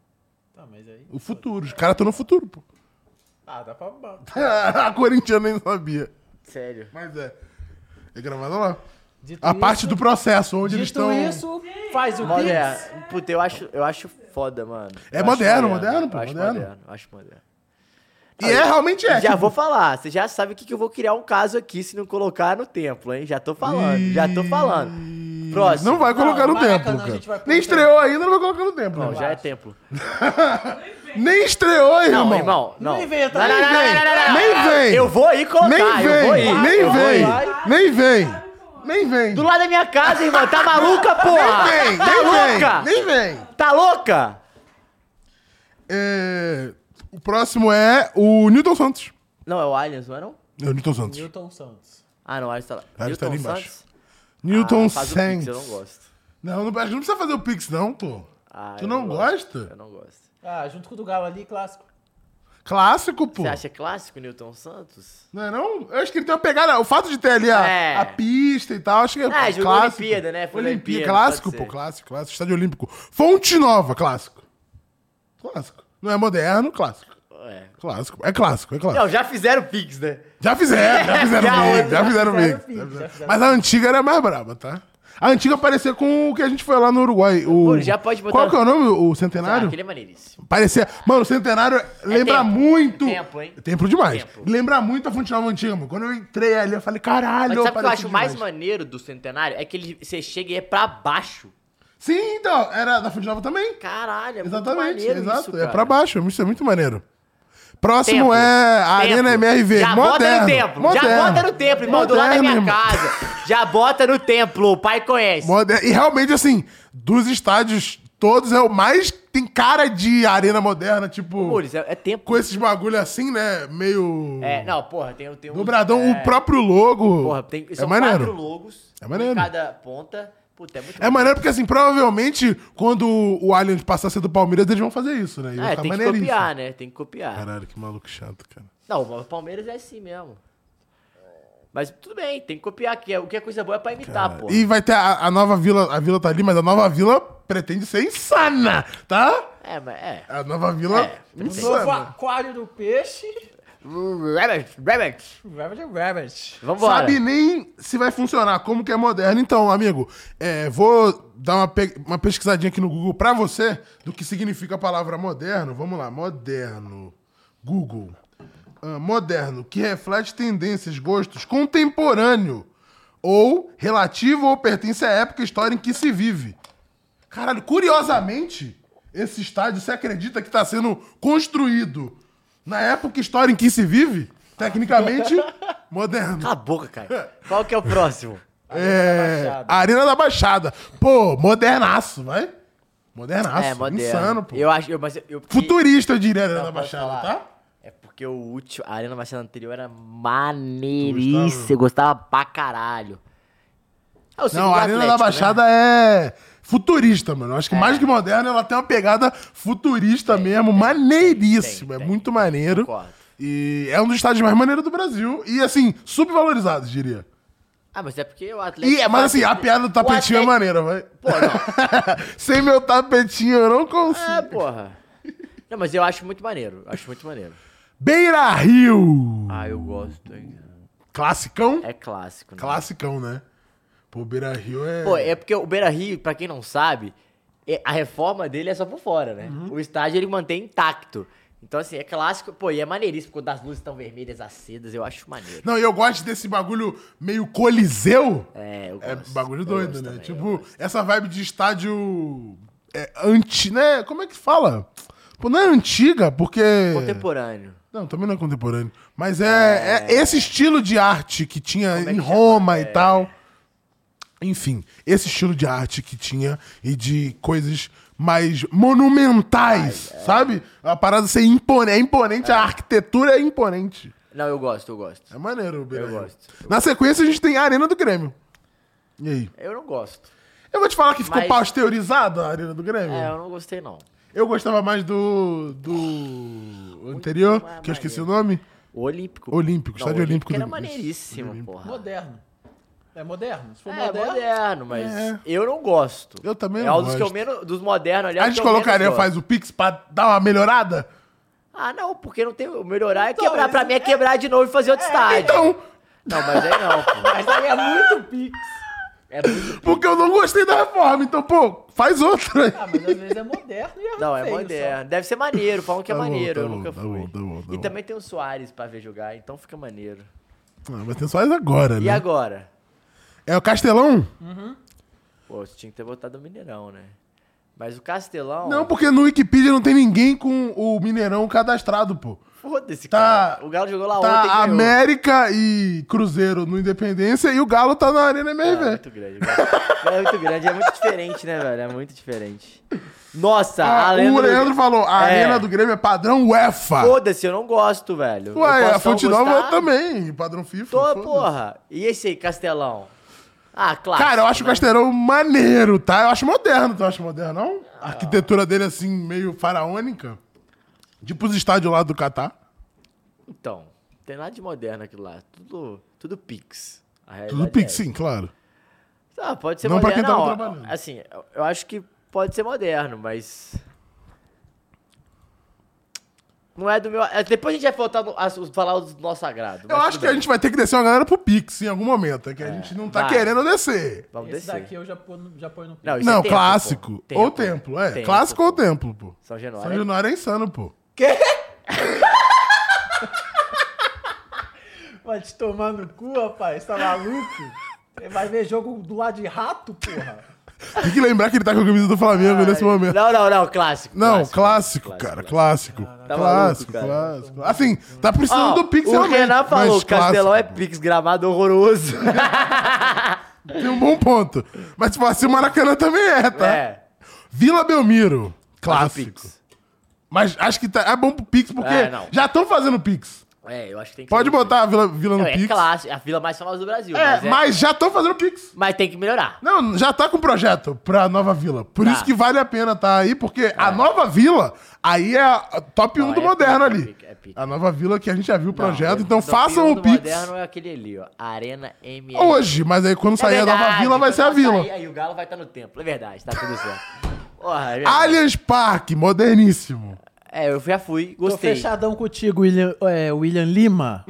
Tá, mas aí...
O futuro. Os caras estão no futuro, pô. [laughs]
Ah, dá pra...
a corintiana nem sabia.
Não, sério.
Mas é. É gravada lá.
Dito
A parte
isso-
do processo, onde eles
Dito
estão.
isso, faz o Pix.
Moderno. Puta, eu acho, eu acho foda, mano.
É
Eu acho
moderno, moderno, pô,
eu acho
moderno.
moderno. eu Acho moderno.
E é realmente é.
já
tipo,
vou falar, você já sabe que, que eu vou criar um caso aqui se não colocar no templo, hein? Já tô falando, já tô falando. Próximo.
Não vai colocar
Não,
no
Maracanã
templo,
a
cara.
gente vai pro
Nem
templo.
estreou ainda, não vai colocar no templo.
Não,
né?
já é templo.
Nem estreou, irmão. tá
Não, irmão, não.
Não inventa,
não, não,
nem
não, não,
vem.
não, não, não, não.
Nem vem.
Eu vou ir colocar,
Nem
eu vou
vem,
ir.
nem
eu vou
vem,
ir.
nem vem, nem vem.
Do lado da minha casa, irmão, tá maluca, porra?
Nem vem,
tá
nem
louca?
vem, nem vem.
Tá louca?
É, o próximo é o Newton Santos.
Não, é o Aliens, não é não?
É o Newton Santos.
Newton Santos.
Ah, não, o Aliens tá lá.
Aliens
Newton
tá ali embaixo.
Santos?
Newton
Ah, faz o Pix,
Santos.
eu não gosto.
Não, não, acho que não precisa fazer o Pix, não, pô.
Ah,
tu
eu
não
gosto,
gosta?
Eu não gosto.
Ah, junto com o do Galo ali, clássico.
Clássico, pô.
Você acha clássico Newton Santos?
Não é não? Eu acho que ele tem uma pegada. O fato de ter ali a,
É.
a pista e tal, acho que é.
Ah, jogou
clássico.
Olimpíada, né? Foi
Olimpíada.
Olimpíada,
Clássico,
pode
pô,
ser.
clássico, clássico. Estádio Olímpico. Fonte Nova, clássico. Clássico. Não é moderno, clássico.
É.
Clássico. É clássico, é clássico.
Não, já fizeram Pix, né?
Já fizeram, já fizeram
Já
bem,
outra,
já
já
fizeram
fizeram
bem.
vídeo,
Já
já
fizeram.
fizeram.
Mas a antiga era mais braba, tá? A antiga parecia com o que a gente foi lá no Uruguai. O...
Pô, já pode botar-
Qual que é o nome? O
Ah,
Centenário?
aquele é maneiríssimo.
Parecia. Mano, o Centenário lembra
templo,
muito.
é templo, hein?
Templo demais.
Templo.
Lembra muito a Fonte Nova Antiga, mano. Quando eu entrei ali, eu falei,
Mas
caralho.
sabe o que eu
parece
acho mais
demais.
maneiro do centenário? É que ele, você chega e é pra baixo.
Sim, então. Era da Fonte Nova também.
Caralho, é muito
Exatamente,
maneiro
exato.
isso,
é
cara.
pra baixo. Isso é muito maneiro. Próximo
Templo.
é a Arena
Templo.
MRV.
Já bota
moderno.
no templo. Já
moderno.
bota no templo, irmão. do lado da
Moderno,
minha
irmão.
casa. Já bota no templo. O pai conhece.
Moder- E realmente, assim, dos estádios todos é o mais. Tem cara de arena moderna, tipo.
Mules, é, é templo.
Com esses bagulho assim, né? Meio.
É, não, porra, tem, tem um...
Dobradão,
é,
o próprio logo.
Porra, tem, um
é
são
maneiro.
quatro logos.
É maneiro.
Em cada ponta. Puta, é muito
É maneiro porque, assim, provavelmente, quando o Allianz passar a ser do Palmeiras, eles vão fazer isso, né? E vai
É,
ficar
tem que
maneiríssimo.
copiar, né? Tem que copiar.
Caralho, que maluco chato, cara.
Não, mas o Palmeiras é assim mesmo. Mas tudo bem, tem que copiar aqui. O que é coisa boa é pra imitar, pô.
E vai ter a, a nova vila. A vila tá ali, mas a nova vila pretende ser insana, tá?
É, mas é.
A nova vila.
É,
O novo
insana.
aquário do peixe.
Rabbit, rabbit.
Rabbit é Rabbit.
Vambora.
Sabe nem se vai funcionar, como que é moderno. Então, amigo, é, vou dar uma, pe- uma pesquisadinha aqui no Google pra você do que significa a palavra moderno. Vamos lá, moderno. Google. Ah, moderno, que reflete tendências, gostos, contemporâneo ou relativo ou pertence à época e história em que se vive. Caralho, curiosamente, esse estádio, você acredita que está sendo construído na época e história em que se vive? Tecnicamente, moderno.
Cala a boca, cara. Qual que é o próximo?
É, a Arena da Baixada. Pô, modernaço, vai. Modernaço.
é, moderno.
Insano, pô.
Eu acho, eu, mas eu, eu-
Futurista, eu diria, Arena da
pode
Baixada,
falar.
tá?
É porque o último, a Arena Marcela anterior era maneiríssima. Eu gostava pra caralho. É o
Não, a Arena da Baixada é futurista, mano. Eu
É.
Acho que mais que moderno, ela tem uma pegada futurista mesmo, maneiríssima.
tem,
é
tem.
muito maneiro.
Concordo.
E é um dos estádios mais maneiros do Brasil. E, assim, subvalorizados, diria.
Ah, mas é porque o
E,
Atlético.
é, mas, assim, a piada do tapetinho é
Atlético-
maneira, vai.
Pô, não.
[laughs] Sem meu tapetinho, eu não consigo.
É, porra. Não, mas eu acho muito maneiro. Acho muito maneiro.
Beira Rio!
Ah, eu gosto, hein?
Classicão?
É clássico, né?
Classicão, né? Pô, Beira Rio é.
Pô, é porque o Beira Rio, pra quem não sabe, é- a reforma dele é só por fora, né?
Uhum.
O estádio ele mantém intacto. Então, assim, é clássico, pô, e é maneiríssimo quando as luzes estão vermelhas, acedas, eu acho maneiro.
Não, e eu gosto desse bagulho meio coliseu.
É, eu
É
gosto.
bagulho
eu
doido,
gosto
né?
também, eu
tipo, essa vibe de estádio é, anti, né? Como é que fala? Pô, não é antiga, porque.
Contemporâneo.
Não, também não é contemporâneo. Mas é, é esse estilo de arte que tinha
é
em Roma e tal. Enfim, esse estilo de arte que tinha e de coisas mais monumentais,
é.
sabe? A parada ser imponente, é imponente, a arquitetura é imponente.
Não, eu gosto, eu gosto.
É maneiro o Beira
Eu
Rio.
gosto.
Na sequência, a gente tem a Arena do Grêmio. E aí?
Eu não gosto.
Eu vou te falar que ficou
Mas-
pasteurizada a Arena do Grêmio.
É, eu não gostei, não.
Eu gostava mais do. do. anterior,
mais
que eu esqueci o nome.
O Olímpico.
Olímpico, estádio Olímpico
Era
do-
maneiríssimo, porra.
Moderno. É moderno. Se for
É,
moderno,
moderno, mas
É.
eu não gosto.
Eu também
é
não
um dos que eu
gosto.
menos, dos modernos ali. é o
a
que
gente
eu menos
colocaria,
gosto.
faz o Pix pra dar uma melhorada?
Ah, não, porque não tem. o Melhorar é
Então,
quebrar. Pra
esse-
mim é quebrar de novo e fazer outro estádio.
Então,
Não, mas aí não, pô.
Mas aí é muito pix.
É muito.
porque eu não gostei da reforma, então, pô, faz outra.
Ah, mas às vezes é moderno e é
[laughs] Não, é
feio só.
moderno. Deve ser maneiro, falam que é
Tá bom,
maneiro.
tá
eu
bom,
nunca
tá
fui.
bom, tá bom, tá
e
bom.
também tem o Soares pra ver jogar, então fica maneiro.
[laughs] Ah, mas tem só agora,
E
né?
agora?
É o Castelão?
Pô, você tinha que ter botado o Mineirão, né? Mas o Castelão.
Não, porque no Wikipedia não tem ninguém com o Mineirão cadastrado, pô.
Foda-se,
Tá-
cara. O Galo jogou lá Ah, ontem.
Tá
e ganhou.
América e Cruzeiro no Independência e o Galo tá na Arena
É
MRV.
muito grande. o Galo. É muito grande, é muito diferente, né, velho? É muito diferente. Nossa,
Ah,
a Leandro.
o Leandro falou, a
É.
Arena do Grêmio é padrão UEFA.
Foda-se, eu não gosto, velho.
Ué,
Eu posso
a Fonte
não
Nova
gostar.
também, padrão FIFA.
Tô,
foda-se.
porra. E esse aí, Castelão? Ah, claro.
Cara, eu acho o Castelão maneiro, tá? Eu acho moderno, tu acha moderno, não? A arquitetura dele, assim, meio faraônica. Tipo os estádios lá do Catar.
Então, não tem nada de moderno aquilo lá. Tudo, tudo pix. A realidade
Tudo
é
pix,
essa.
sim, claro.
Ah, pode ser
Não pra
moderno.
quem tava
não,
trabalhando.
Assim, eu- eu acho que pode ser moderno, mas... Não é do meu... é, Depois a gente vai voltar no- a- falar do nosso agrado.
Eu
mas
acho
tudo
que a
bem.
gente vai ter que descer uma galera pro pix em algum momento. É que a gente não tá
vai.
querendo descer.
Vamos
Esse
é um descer.
daqui é eu já ponho, já ponho no pix.
Não, isso é
Não,
templo,
clássico.
pô.
Ou templo, é.
Templo,
clássico
pô.
ou templo, pô.
São Januário.
São Januário é insano, pô.
Vai te tomar no cu, rapaz. Tá maluco? Você vai ver jogo do lado de rato, porra.
Tem que lembrar que ele tá com a camisa do Flamengo nesse momento.
Não, não, não. Clássico.
Não, clássico, cara, clássico.
Tá
clássico,
maluco, cara.
clássico. Assim, tá precisando
Ó,
do Pix
o
realmente.
Renan falou,
mas
o Castelão
clássico.
é Pix, gramado horroroso.
Tem um bom ponto. Mas, tipo assim, o Maracanã também é, tá?
[laughs] É.
Vila Belmiro,
Faz o
clássico.
Pix.
Mas acho que tá, é bom pro Pix, porque
É, não.
já estão fazendo Pix.
É, eu acho que tem que
Pode
ser isso.
botar a Vila, Vila no
Não, é
Pix.
clássico, é a vila mais famosa do Brasil.
É,
mas,
mas,
é-
já estão fazendo Pix.
mas tem que melhorar.
Não, já tá com projeto pra Nova Vila. Por
Tá. É.
isso que vale a pena tá aí, porque a Nova Vila, aí é a top 1
Não,
do
é
moderno
pica, é
ali.
pica, é pica.
a Nova Vila que a gente já viu o projeto,
Não,
então
eu-
façam
campeão
o
do
Pix
moderno é aquele ali, ó. Arena ML.
hoje. Mas aí quando
É
sair a Nova
verdade,
Vila, vai
quando
ser a Vila.
sair, aí o Galo vai estar no templo. É verdade, tá tudo certo. tá Porra, é verdade.
Allianz Parque, moderníssimo.
É, eu já fui,
Tô
gostei. Hum.
fechadão contigo, William, é, William Lima.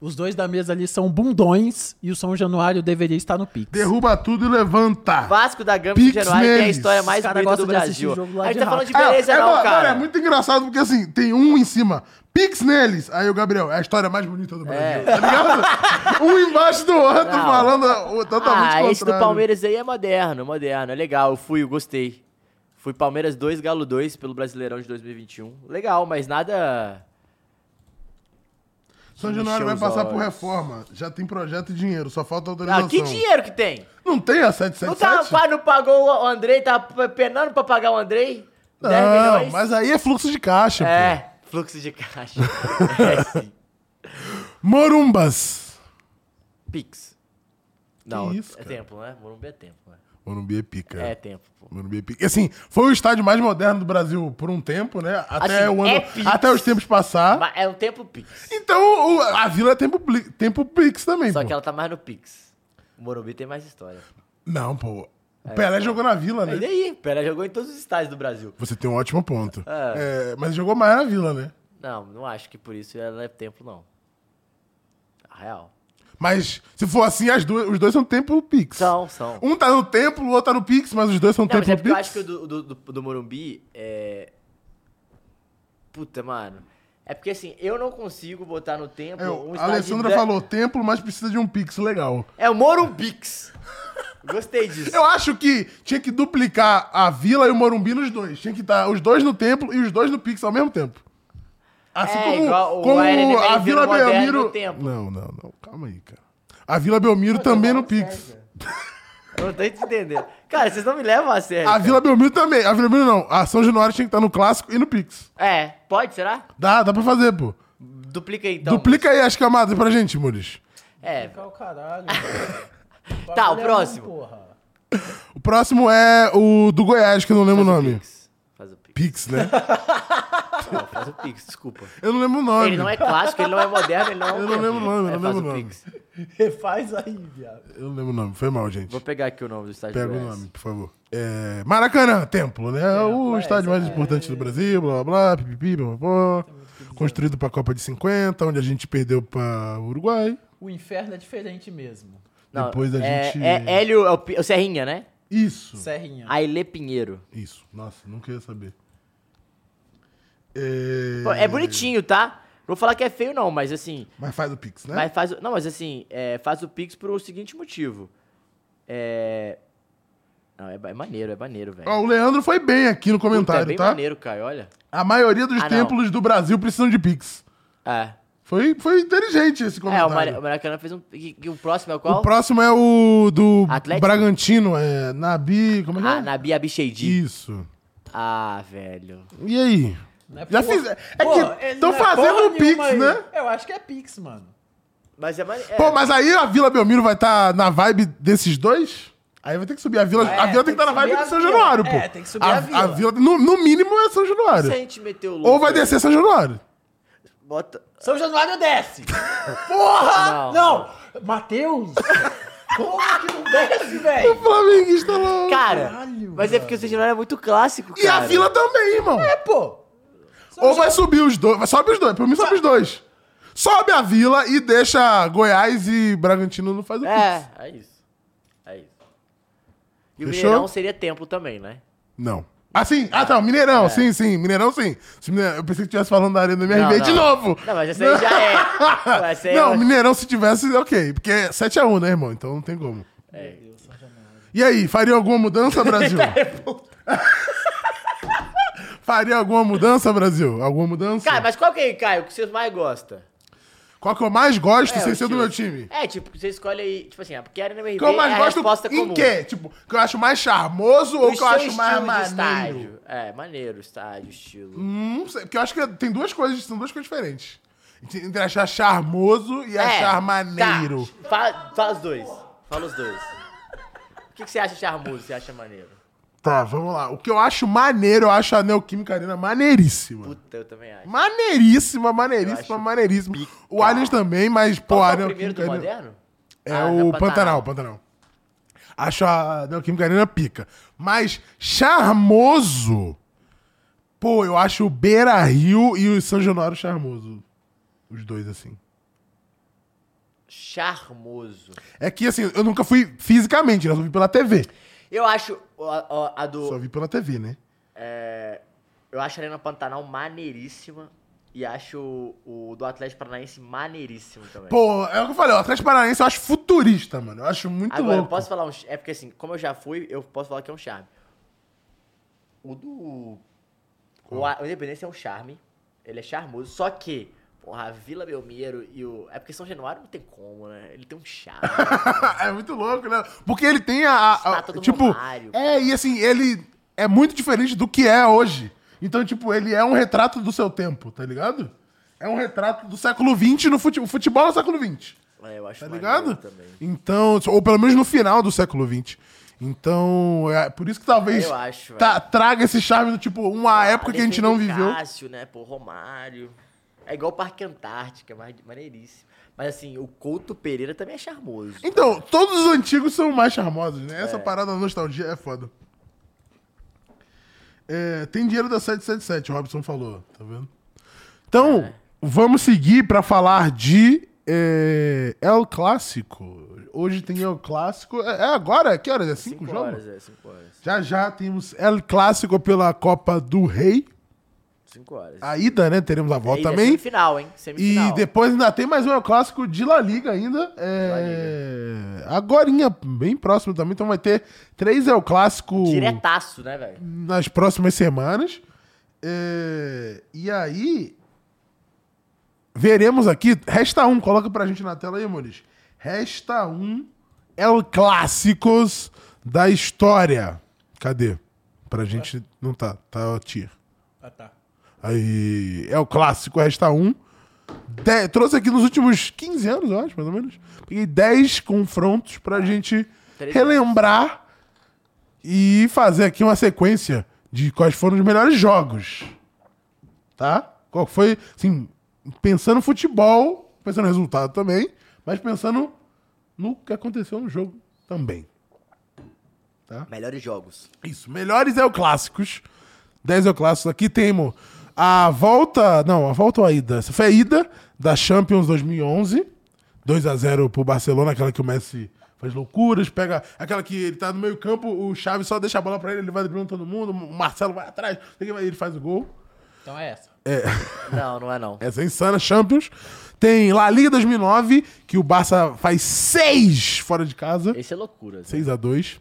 Os dois da mesa ali são bundões e o São Januário deveria estar no Pix.
Derruba tudo e levanta.
Vasco da Gama
Pix
de Januário tem a
neles.
história mais
Os cara
bonita do
gostam de assistir
Brasil.
jogo lá
A gente
de
tá
rato.
falando de
Ah,
beleza,
é,
não,
mano,
cara.
é muito engraçado porque assim, tem um em cima. Pix neles. Aí o Gabriel, é a história mais bonita do Brasil.
[laughs]
Tá ligado? um embaixo do outro
É. Não.
falando o- totalmente
Ah,
contrário.
esse do Palmeiras aí é moderno, moderno. É legal, eu fui, eu gostei. Fui Palmeiras 2, Galo 2 pelo Brasileirão de 2021. Legal, mas nada.
São Januário vai
Encheu os
passar por
olhos.
reforma. Já tem projeto e dinheiro, só falta autorização.
Ah, que dinheiro que tem?
Não tem a 777?
Não, tá, quase não pagou o Andrei, tá p- penando pra pagar o Andrei? 10
Não,
milhões?
mas aí é fluxo de caixa, pô.
É, fluxo de
[laughs]
caixa. é, sim.
Morumbas.
Pix. Não,
isso,
é
cara?
tempo, né? Morumbi é tempo. né?
Morumbi é pica.
É, tempo, pô.
Morumbi é pica. E, Assim, foi o estádio mais moderno do Brasil por um tempo, né? Até,
Assim,
o ano,
é Pix.
até os tempos passar.
Mas É um tempo Pix.
Então o- a Vila é tempo, pli- tempo Pix também,
Só
pô.
que ela tá mais no Pix. O Morumbi tem mais história.
Não, pô.
É,
O Pelé jogou na Vila,
E
né?
daí? Pera, jogou em todos os estádios do Brasil.
Você tem um ótimo ponto.
É.
É, mas jogou mais na Vila, né?
Não, não acho que por isso ela é tempo, não. A real.
Mas se for assim, as duas, os dois são tempo Pix.
São, são.
Um tá no templo, o outro tá no Pix, mas os dois são
Não, mas
tempo
é porque eu
Pix.
acho que o do, do, do, do Morumbi é. Puta, mano. É porque assim, eu não consigo botar no tempo.
É,
um
a
estádio
Alessandra
de-
falou templo, mas precisa de um Pix legal.
É o
[laughs]
Morumbix. Gostei disso.
Eu acho que tinha que duplicar a Vila e o Morumbi nos dois. Tinha que estar os dois no templo e os dois no Pix ao mesmo tempo. Assim
É,
como,
igual o
como
RNB
a
virou
Vila
moderno
Belmiro.
no templo.
Não, não, não. Calma aí, cara. A Vila Belmiro também no Pix.
Eu não tô entendendo. Cara, vocês não me levam a sério.
A Vila Belmiro também. A Vila Belmiro não. A São Januário tinha que estar no clássico e no Pix.
É, pode, será?
Dá, dá pra fazer, pô.
Duplica aí, então.
Duplica aí as camadas pra gente, Muris.
É.
Fica
[laughs]
o caralho.
Tá, o
Bagulho é
próximo.
bom, porra. [laughs]
O próximo é o do Goiás, que eu não lembro o nome.
Pix. Faz o Pix.
Pix, né?
Não, faz o Pix, desculpa.
Eu não lembro o nome.
Ele não é clássico, ele não é moderno, ele não é.
Eu não lembro o nome, eu não
faz
lembro o nome.
Pix.
Refaz aí, viado.
Eu não lembro o nome. Foi mal, gente.
Vou pegar aqui o nome do estádio.
Pega o
Goiás.
nome, por favor. É, Maracanã, templo, né? o estádio
é.
mais importante do Brasil, blá blá blá, pipipi, blá blá, blá. Construído pra Copa de 50, onde a gente perdeu pra Uruguai.
O inferno é diferente mesmo.
Não,
Depois a
é,
gente. É.
É Hélio, é o, Pi- o Serrinha, né?
Isso.
Serrinha.
Aile Pinheiro.
Isso. Nossa, nunca ia saber. É,
Pô, É bonitinho, tá? Não vou falar que é feio, não, mas assim.
Mas faz o Pix, né?
Mas faz, o- não, mas assim, é, faz o Pix pro seguinte motivo. É. Não, é, ba- é maneiro, é maneiro, velho.
Ó, o Leandro foi bem aqui no
Puta, é
comentário,
bem
tá?
maneiro, Caio, olha.
A maioria dos
Ah, não.
templos do Brasil precisam de Pix.
É.
Foi, foi inteligente esse
É, o,
comentário.
Mara- o Maracanã fez um. E, e o próximo é qual?
O próximo é o do
Atlético?
Bragantino, é Nabi, como é que
Ah,
é?
na Bia Bicheidi.
Isso.
Ah, velho.
E aí?
Não é
Já
porra-
fiz- é que
Porra, ele
tão
não é
fazendo
porra
o Pix,
nenhuma aí.
né?
Eu acho que é Pix, mano.
Mas é maneiro.
Pô, mas aí a Vila Belmiro vai estar na vibe desses dois? Aí vai ter que subir a Vila. a
É,
Vila tem
tem
que estar
que
na vibe
subir
de
a
São
Vila.
Januário, pô.
É, tem que subir a Vila.
no, no mínimo, é São
se a
Januário.
gente meter o louco.
Ou vai descer São Januário.
Bota.
São Januário
[laughs]
desce!
Não.
Porra! Não! Matheus! Como que não desce,
O
velho?
Flamenguista lá.
Cara,
Caralho,
mas é porque o Serginal é muito clássico,
e
cara.
a Vila também, irmão.
É, pô! São
Ou vai subir os dois. Vai- Sobe os dois. Pra mim, sobe os dois. Sobe a Vila e deixa Goiás e Bragantino não faz o Pix.
É, é isso. É isso. E o
Fechou?
Mineirão seria templo também, né?
Não. Ah, sim. Ah, tá.
É.
Mineirão. Sim, sim. Mineirão, sim. Se Mineirão- Eu pensei que estivesse falando da Arena do MRV
Não,
de
não.
novo.
Não, mas essa aí já
[laughs]
é. Pô, essa aí
não,
é...
Mineirão, se tivesse, ok. Porque é 7x1, né, irmão? Então não tem como.
É.
E aí, faria alguma mudança, Brasil?
[laughs]
[laughs] faria alguma mudança, Brasil? Alguma mudança?
Cara, mas qual que é, Caio, que você mais gosta?
Qual que eu mais gosto
É,
sem
o
ser do meu time?
É, tipo, você escolhe aí, tipo assim, ah, porque era no MRV
Que eu mais
é a
gosto
resposta
em
comum.
quê? Tipo, que eu acho mais charmoso ou
Os
que eu
seus
acho
estilos
mais
de
maneiro?
estádio. É, maneiro, estádio, estilo.
Hum, Não sei, porque eu acho que tem duas coisas, são duas coisas diferentes. Entre achar charmoso e
É,
achar maneiro.
Tá. Fala, fala os dois. Fala os dois. O que, que você acha charmoso, você acha maneiro?
Tá, vamos lá. O que eu acho maneiro, eu acho a Neoquímica Arena maneiríssima.
Puta, eu também acho.
Maneiríssima,
Eu
maneiríssima,
acho
maneiríssima. O Allianz também, mas, pô,
Qual
a
que é o primeiro
Neoquímica
do
Arena...
moderno?
É
Ah,
o
da
Pantanal, Pantanal. Acho a Neoquímica Arena pica. Mas charmoso, Pô, eu acho o Beira Rio e o São Januário charmoso. Os dois, assim.
Charmoso.
É que, assim, eu nunca fui fisicamente, né? Eu só vi pela TV.
Eu acho a, a- a do.
Só vi pela TV, né?
Eu acho a Arena Pantanal maneiríssima. E acho o, o do Atlético Paranaense maneiríssimo também.
Pô, é o que eu falei, o Atlético Paranaense eu acho futurista, mano. Eu acho muito
Agora, eu
louco.
posso falar um. ch- É porque assim, como eu já fui, eu posso falar que é um charme. O do. O, a- o Independência é um charme. Ele é charmoso. Só que, porra, a Vila Belmiro e o. É porque São Januário não tem como, né? Ele tem um
[laughs]
charme.
é muito louco, né? Porque ele tem a. a- a-
Estátua do
tipo,
Romário.
é, e assim, ele é muito diferente do que é hoje. Então, tipo, ele é um retrato do seu tempo, tá ligado? É um retrato do século XX no futebol. Futebol no século XX.
É, eu acho
Tá
maneiro
ligado?
também.
Então, ou pelo menos no final do século XX. Então, é por isso que talvez
Eu acho,
tá- traga esse charme do tipo, uma época
Ali
que a gente
tem
não
o
viveu.
Cássio, né? Pô, Romário. É igual o Parque Antártica, mas maneiríssimo. Mas assim, o Couto Pereira também é charmoso.
Então, todos os antigos são mais charmosos, né? Essa parada da nostalgia é foda. É, tem dinheiro da 777, o Robson falou, tá vendo? Então,
É.
vamos seguir pra falar de é, El Clássico. Hoje tem El Clássico. É, é agora? Que horas? É cinco,
cinco
jogos?
horas, é, cinco horas.
Já já temos El Clássico pela Copa do Rei.
Cinco horas.
A ida, né? Teremos a volta
Aí, é
também.
Semifinal, hein?
E
Semifinal.
depois ainda tem mais um El Clássico de La Liga ainda. É... Agorinha, bem próximo também. Então vai ter três El Clássico
Diretaço, né, velho?
nas próximas semanas. É, E aí... Veremos aqui. Resta um. Coloca pra gente na tela aí, amores. Resta um El Clássicos da história. Cadê? Pra gente... Não tá. Tá o tier.
Ah, tá.
Aí é o clássico, resta um. De- trouxe aqui nos últimos 15 anos, eu acho, mais ou menos. Peguei 10 confrontos pra gente
Três
relembrar e fazer aqui uma sequência de quais foram os melhores jogos. Tá? Qual foi, assim, pensando no futebol, pensando no resultado também, mas pensando no que aconteceu no jogo também.
Melhores
[laughs]
jogos.
Isso, melhores é o clássicos. 10 é o clássicos aqui temos a volta, não, a volta ou a ida? Essa foi a ida da Champions 2011. 2 a 0 pro Barcelona, aquela que o Messi faz loucuras, pega aquela que ele tá no meio-campo, o Xavi só deixa a bola pra ele, ele vai driblando todo mundo, o Marcelo vai atrás, ele faz o gol.
Então é essa.
Não, não é não.
Essa é insana, Champions. Tem La Liga 2009, que o Barça faz 6 fora de casa,
Esse é loucura. Assim.
6 a 2.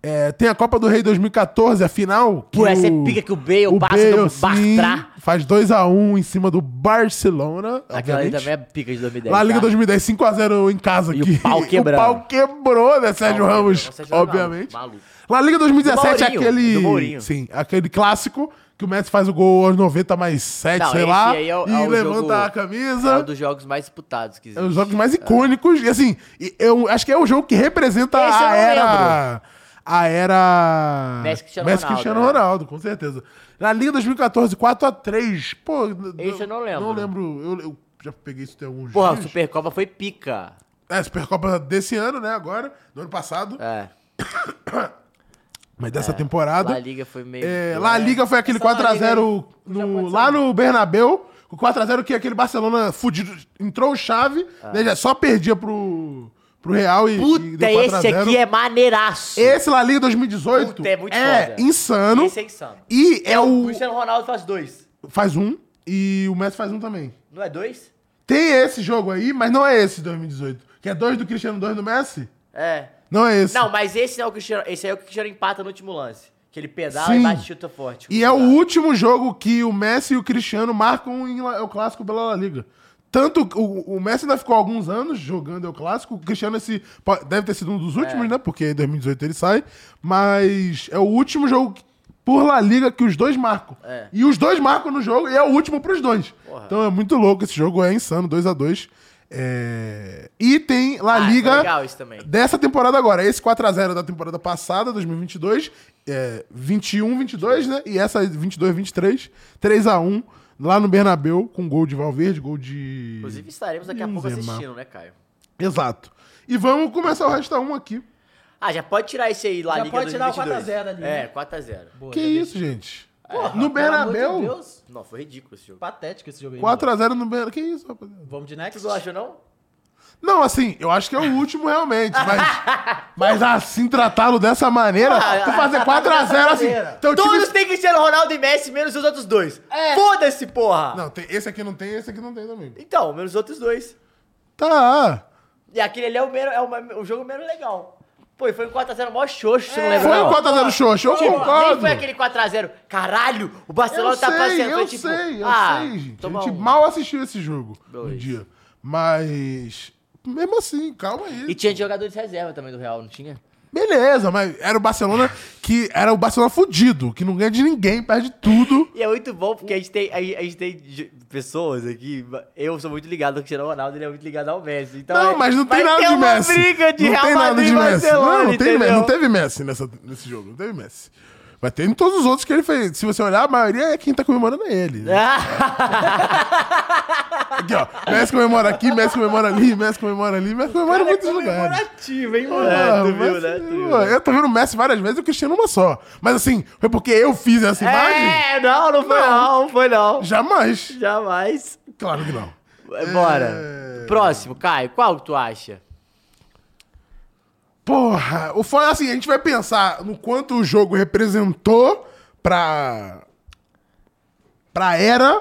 É, tem a Copa do Rei 2014, a final. que
Pô, essa é
o-
pica que o Bale passa no
sim,
Bartra.
Faz 2x1 em cima do Barcelona.
Aquela ali
obviamente.
também é pica de 2010.
La Liga
tá?
2010, 5x0 em casa
E
aqui.
o pau quebrando.
[laughs] O pau quebrou, né, Sérgio
Pau
Ramos?
quebrando, Sérgio Ramos,
obviamente.
maluco.
La Liga 2017 é
Do Mourinho,
aquele.
do Mourinho.
Sim, aquele clássico que o Messi faz o gol aos 90 mais 7,
Não,
sei
esse
lá.
aí é o-
e
é o
levanta
jogo-
a
É
camisa.
um dos jogos mais disputados que
É
existe.
um dos jogos mais icônicos. E assim, e eu acho que é o jogo que representa
Esse eu
a
não
era. A era.
Messi, Cristiano
Messi,
Ronaldo,
Cristiano
né?
Ronaldo, com certeza. Na Liga 2014, 4x3. Pô.
Esse eu não lembro.
Não lembro. Eu, eu já peguei isso tem alguns
Porra, a
dias.
Supercopa foi pica.
É, Supercopa desse ano, né? Agora, do ano passado.
É.
Mas dessa
La
temporada.
Liga foi meio.
É, La Liga foi aquele
Essa
4x0
La Liga aí já
no-
pode ser
lá no Bernabéu. O 4x0 que aquele Barcelona fudido entrou o chave, né, já só perdia pro, pro Real e, e
Ah. Puta, esse
4x0.
aqui é maneiraço.
Esse La Liga 2018
Puta, é muito foda.
insano.
Esse é um insano.
E é
O
o.
Cristiano Ronaldo faz dois.
Faz um e o Messi faz um também.
Não é dois?
Tem esse jogo aí, mas não é esse 2018. Que é dois do Cristiano, dois do Messi?
É.
Não é esse.
Não, mas esse não é o Cristiano. Esse aí é o que o Cristiano empata no último lance. Que ele pedala
Sim.
e bate e chuta forte.
E é o último jogo que o Messi e o Cristiano marcam em La- é o clássico pela La Liga. Tanto o, o Messi ainda ficou alguns anos jogando é o clássico, o Cristiano esse po- deve ter sido um dos
É.
últimos, né? Porque em 2018 ele sai, mas é o último jogo que- por La Liga que os dois marcam.
É.
E os dois marcam no jogo e é o último pros dois. Então é muito louco, esse jogo é insano, 2 a 2 É, E tem La
Ah, foi
Liga
legal isso também.
dessa temporada agora. Esse 4x0 da temporada passada, 2022, é, 21, 22, né? E essa 22, 23, 3x1 lá no Bernabéu, com gol de Valverde, gol de...
Inclusive estaremos daqui a pouco
Benzema.
assistindo, né, Caio?
Exato. E vamos começar o resta 1 aqui.
Ah, já pode tirar esse aí, La
Já
Liga
pode tirar o
2022.
4x0 ali,
É,
né?
4x0.
Boa,
que
já
isso, gente?
Porra,
No
É, pelo amor
Bernabéu?
de Deus,
Não, foi ridículo esse jogo.
patético esse jogo aí.
4x0 no Bernabéu. Que isso, rapaziada?
Vamos de
Tu
next?
não achou, não?
Não, assim, eu acho que é o último realmente, mas,
[laughs]
mas assim, tratá-lo dessa maneira,
Ah,
tu fazer 4x0 assim, teu time...
Todos têm Cristiano Ronaldo e Messi, menos os outros dois.
É.
Foda-se, porra!
Não, tem, esse aqui não tem, esse aqui não tem também.
Então, menos os outros dois.
Tá,
E aquele ali é o, menos, é o, ma- o jogo menos legal. Pô, e foi um 4x0 mó xoxo, você não lembra
foi
não?
um 4x0 xoxo, eu
É Tipo, Nem
concordo.
foi aquele 4x0. Caralho, o Barcelona
Eu
tá
sei,
passeando.
eu
Foi tipo,
sei, eu
ah,
sei, gente. A
toma
gente
um.
mal assistiu esse jogo um
Dois.
dia, mas... Mesmo assim, calma aí.
E tinha jogador de reserva também do Real, não tinha?
Beleza, mas era o Barcelona que era o Barcelona fudido, que não ganha de ninguém, perde tudo.
E é muito bom, porque a gente tem, a, gente- a gente tem j- pessoas aqui. Eu sou muito ligado ao Cristiano Ronaldo, ele é muito ligado ao Messi. Então
não,
é-
mas não
vai
tem nada
ter
de
uma
Messi.
briga de
não
Real
tem nada
Madrid
de
e
Messi.
Barcelona,
não, não, tem,
entendeu?
não teve Messi nessa, nesse jogo, não teve Messi. Mas tem em todos os outros que ele fez. Se você olhar, a maioria é quem tá comemorando é ele. né? Aqui, ó. Messi comemora aqui, Messi comemora ali, Messi comemora ali, Messi comemora em muitos lugares.
Comemorativo, hein, mano?
né? É,
Ah,
tu viu,
Messi-
né? Tu viu,
Pô,
né?
Eu tô vendo o Messi várias vezes e o Cristiano uma só. Mas assim, foi porque eu fiz essa imagem?
[laughs] É, não, não foi não, não foi não.
Jamais.
Jamais.
Claro que não. É.
Bora. Próximo, Caio, qual que tu acha?
Porra, o foda é assim, a gente vai pensar no quanto o jogo representou pra. pra era,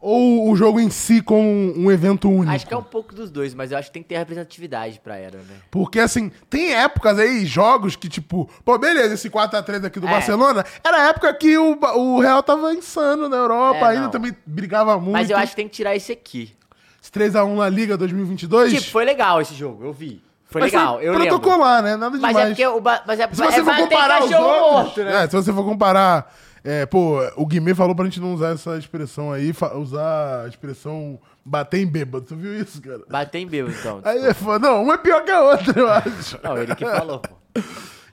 ou o jogo em si como um evento único.
Acho que é um pouco dos dois, mas eu acho que tem que ter representatividade pra era, né?
Porque, assim, tem épocas aí, jogos que, tipo, pô, beleza, esse 4x3 aqui do
É.
Barcelona, era a época que o, Ba- o Real tava insano na Europa,
É,
ainda
não.
também brigava muito.
Mas eu acho que tem que tirar esse aqui.
Esse 3x1 na Liga 2022.
Tipo, foi legal esse jogo, eu vi. Foi
mas
legal, eu lembro.
protocolar, né? Nada demais.
Mas é porque o... Ba- Mas é,
Se você
é
for
bater
comparar os
cachorro
outros,
morto, né?
é, se você for comparar, é, pô, o Guimê falou pra gente não usar essa expressão aí, fa- usar a expressão bater em bêbado. Tu viu isso, cara?
Bater em bêbado, então.
Aí ele falou, não, uma é pior que a outra, eu acho.
Não, ele que falou, pô.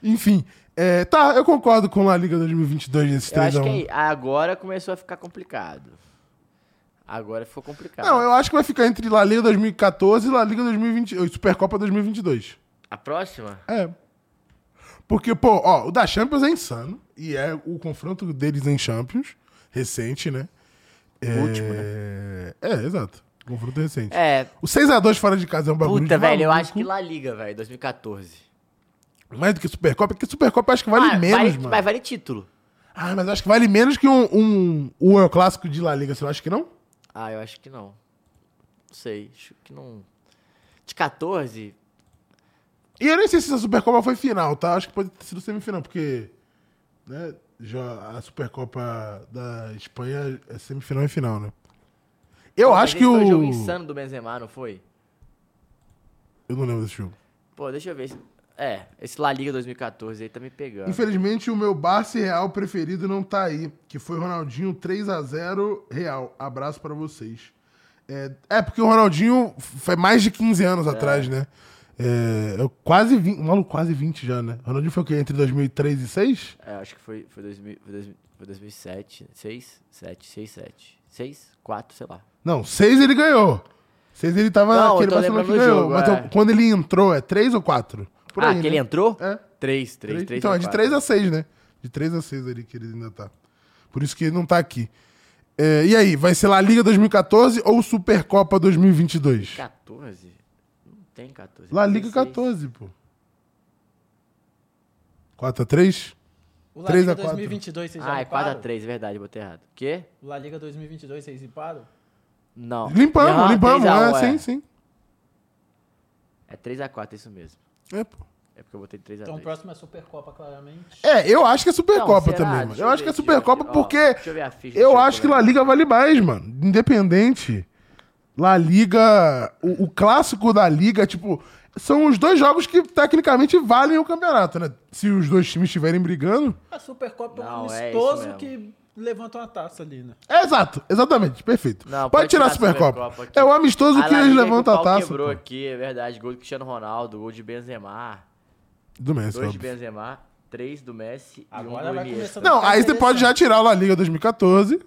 Enfim, é, tá, eu concordo com a Liga 2022 nesses
Eu
três
acho
a
que é
um.
aí, agora começou a ficar complicado. Agora ficou complicado.
Não, eu acho que vai ficar entre La Liga 2014 e La Liga 2020, Supercopa 2022.
A próxima?
É. Porque, pô, ó, o da Champions é insano. E é o confronto deles em Champions, recente, né? É...
último,
né? É, exato. Confronto recente.
É,
O 6x2 fora de casa é um bagulho
puta,
de
velho, eu
maluco.
acho que La Liga, velho, 2014.
Mais do que Supercopa, porque Supercopa eu acho que vale
Ah,
menos,
vale,
mano.
Mas vale título.
Ah, mas eu acho que vale menos que um, um, um El Clássico de La Liga, você não acha que não?
Ah, eu acho que não. Não sei, acho que não. De 14?
E eu nem sei se a Supercopa foi final, tá? Acho que pode ter sido semifinal, porque. Né, já a Supercopa da Espanha é semifinal e final, né? Eu
Pô, mas
acho que
esse Foi um jogo
o.
insano do Benzema, não foi?
Eu não lembro desse jogo.
Pô, deixa eu ver. se- É, esse La Liga 2014 aí tá me pegando.
Infelizmente, o meu Barça e Real preferido não tá aí, que foi Ronaldinho 3x0 Real. Abraço pra vocês. É, é, porque o Ronaldinho foi mais de 15 anos atrás, né? É, eu quase 20, maluco, quase 20 já, né? Ronaldinho foi o quê? Entre 2003 e 6?
É, acho que foi, foi, 2000, foi, 2000, foi 2007, 6, 7, 6, 7, 6, 4, sei lá.
Não, 6 ele ganhou. 6 ele tava
Não, eu
naquele
tô
Barcelona que
lembrando do
ganhou.
jogo,
mas
é.
eu- quando ele entrou, é 3 ou 4?
ah, que ele entrou?
É.
3, 3, 3,
Três- então, é de 3 a 6, né? De 3 a 6 ali que ele ainda tá. Por isso que ele não tá aqui. É, e aí, vai ser lá Liga 2014 ou Supercopa 2022?
14? Não tem 14.
Lá Liga
16.
14, pô. 4 a 3?
O La
3 a
Liga
4.
2022, vocês já
Ah, é
limparam?
4x3, verdade, botei errado. O quê?
O La Liga 2022, vocês limparam?
Não.
Limpamos,
Não,
limpamos.
3 a
É,
um,
sim, sim.
É 3x4, é isso mesmo.
É, pô.
É porque eu botei 3x3.
Então o próximo é Supercopa, claramente.
É, eu acho que é Supercopa
Não, será?
também, mano.
Deixa
Eu
eu
acho
ver,
que é
deixa eu ver
Supercopa
aqui. Ó,
porque
deixa eu ver a ficha do
eu
jogo,
acho que
né?
La Liga vale mais, mano. Independente. La Liga, o, o clássico da Liga, tipo, são os dois jogos que tecnicamente valem o campeonato, né? Se os dois times estiverem brigando.
A Supercopa é um
Não, é
amistoso
isso
que levanta uma taça ali, né?
É, exato, exatamente, perfeito.
Não,
pode, tirar a Supercopa.
aqui.
é o amistoso
Ah,
que
lá,
eles
Liga,
levantam
o
a
pau
taça.
quebrou
pô.
aqui, é verdade. Gol do Cristiano Ronaldo, gol de Benzema.
Do Messi,
Dois de
óbvio.
Benzema, três do Messi
Agora
e um do
vai
Iniesta.
começando.
Não, aí você pode já tirar o La Liga 2014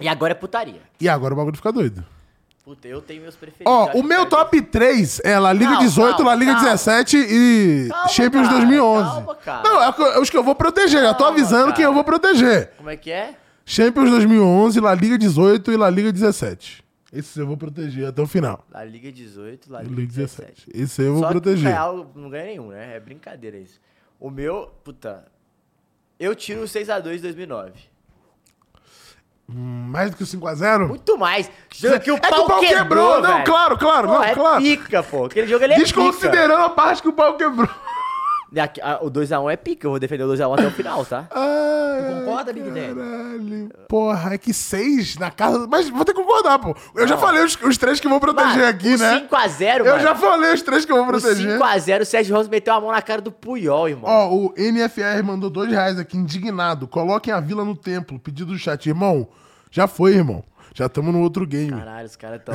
E agora é putaria.
e agora o bagulho fica doido.
Puta, eu tenho meus preferidos.
Ó,
Acho
o
que
meu
tá-
top 3 é La Liga
Calma,
18, La Liga
calma,
17 e
Calma,
Champions
cara,
2011.
calma, cara.
Não, é o que eu- os que eu vou proteger, já tô
Calma,
avisando
cara.
quem eu vou proteger.
Como é que é?
Champions 2011, La Liga 18 e La Liga 17. Esses eu vou proteger até o final.
La Liga 18, La
La
Liga,
Liga
17.
17. Esse eu vou
Só
proteger.
Que, real, não ganha nenhum, né? É brincadeira isso. O meu, puta. Eu tiro o 6x2 de 2009.
Hum, Mais do que o 5x0?
Muito mais. Jogo que o
É
pau, quebrou,
Não,
velho.
claro, claro,
Pô,
não,
é
claro.
pica, pô. Aquele jogo ele é pica.
Desconsiderando a parte que o pau quebrou.
Aqui, ah, O 2x1 é pica. Eu vou defender o 2x1 até o final, tá?
Ai,
concorda, Big Daddy?
Caralho. Porra, é que seis na casa. Mas vou ter que concordar, pô. Eu já falei os, os três que eu vou proteger aqui, né?
5x0,
eu
mano.
já falei os três que eu vou
O
proteger.
5x0, o Sérgio Ramos meteu a mão na cara do Puyol, irmão.
Ó, o NFR mandou dois reais aqui, indignado. Coloquem a vila no templo, pedido do chat. Irmão, já foi, irmão. Já estamos no outro game.
Caralho, os caras
[laughs]
tão.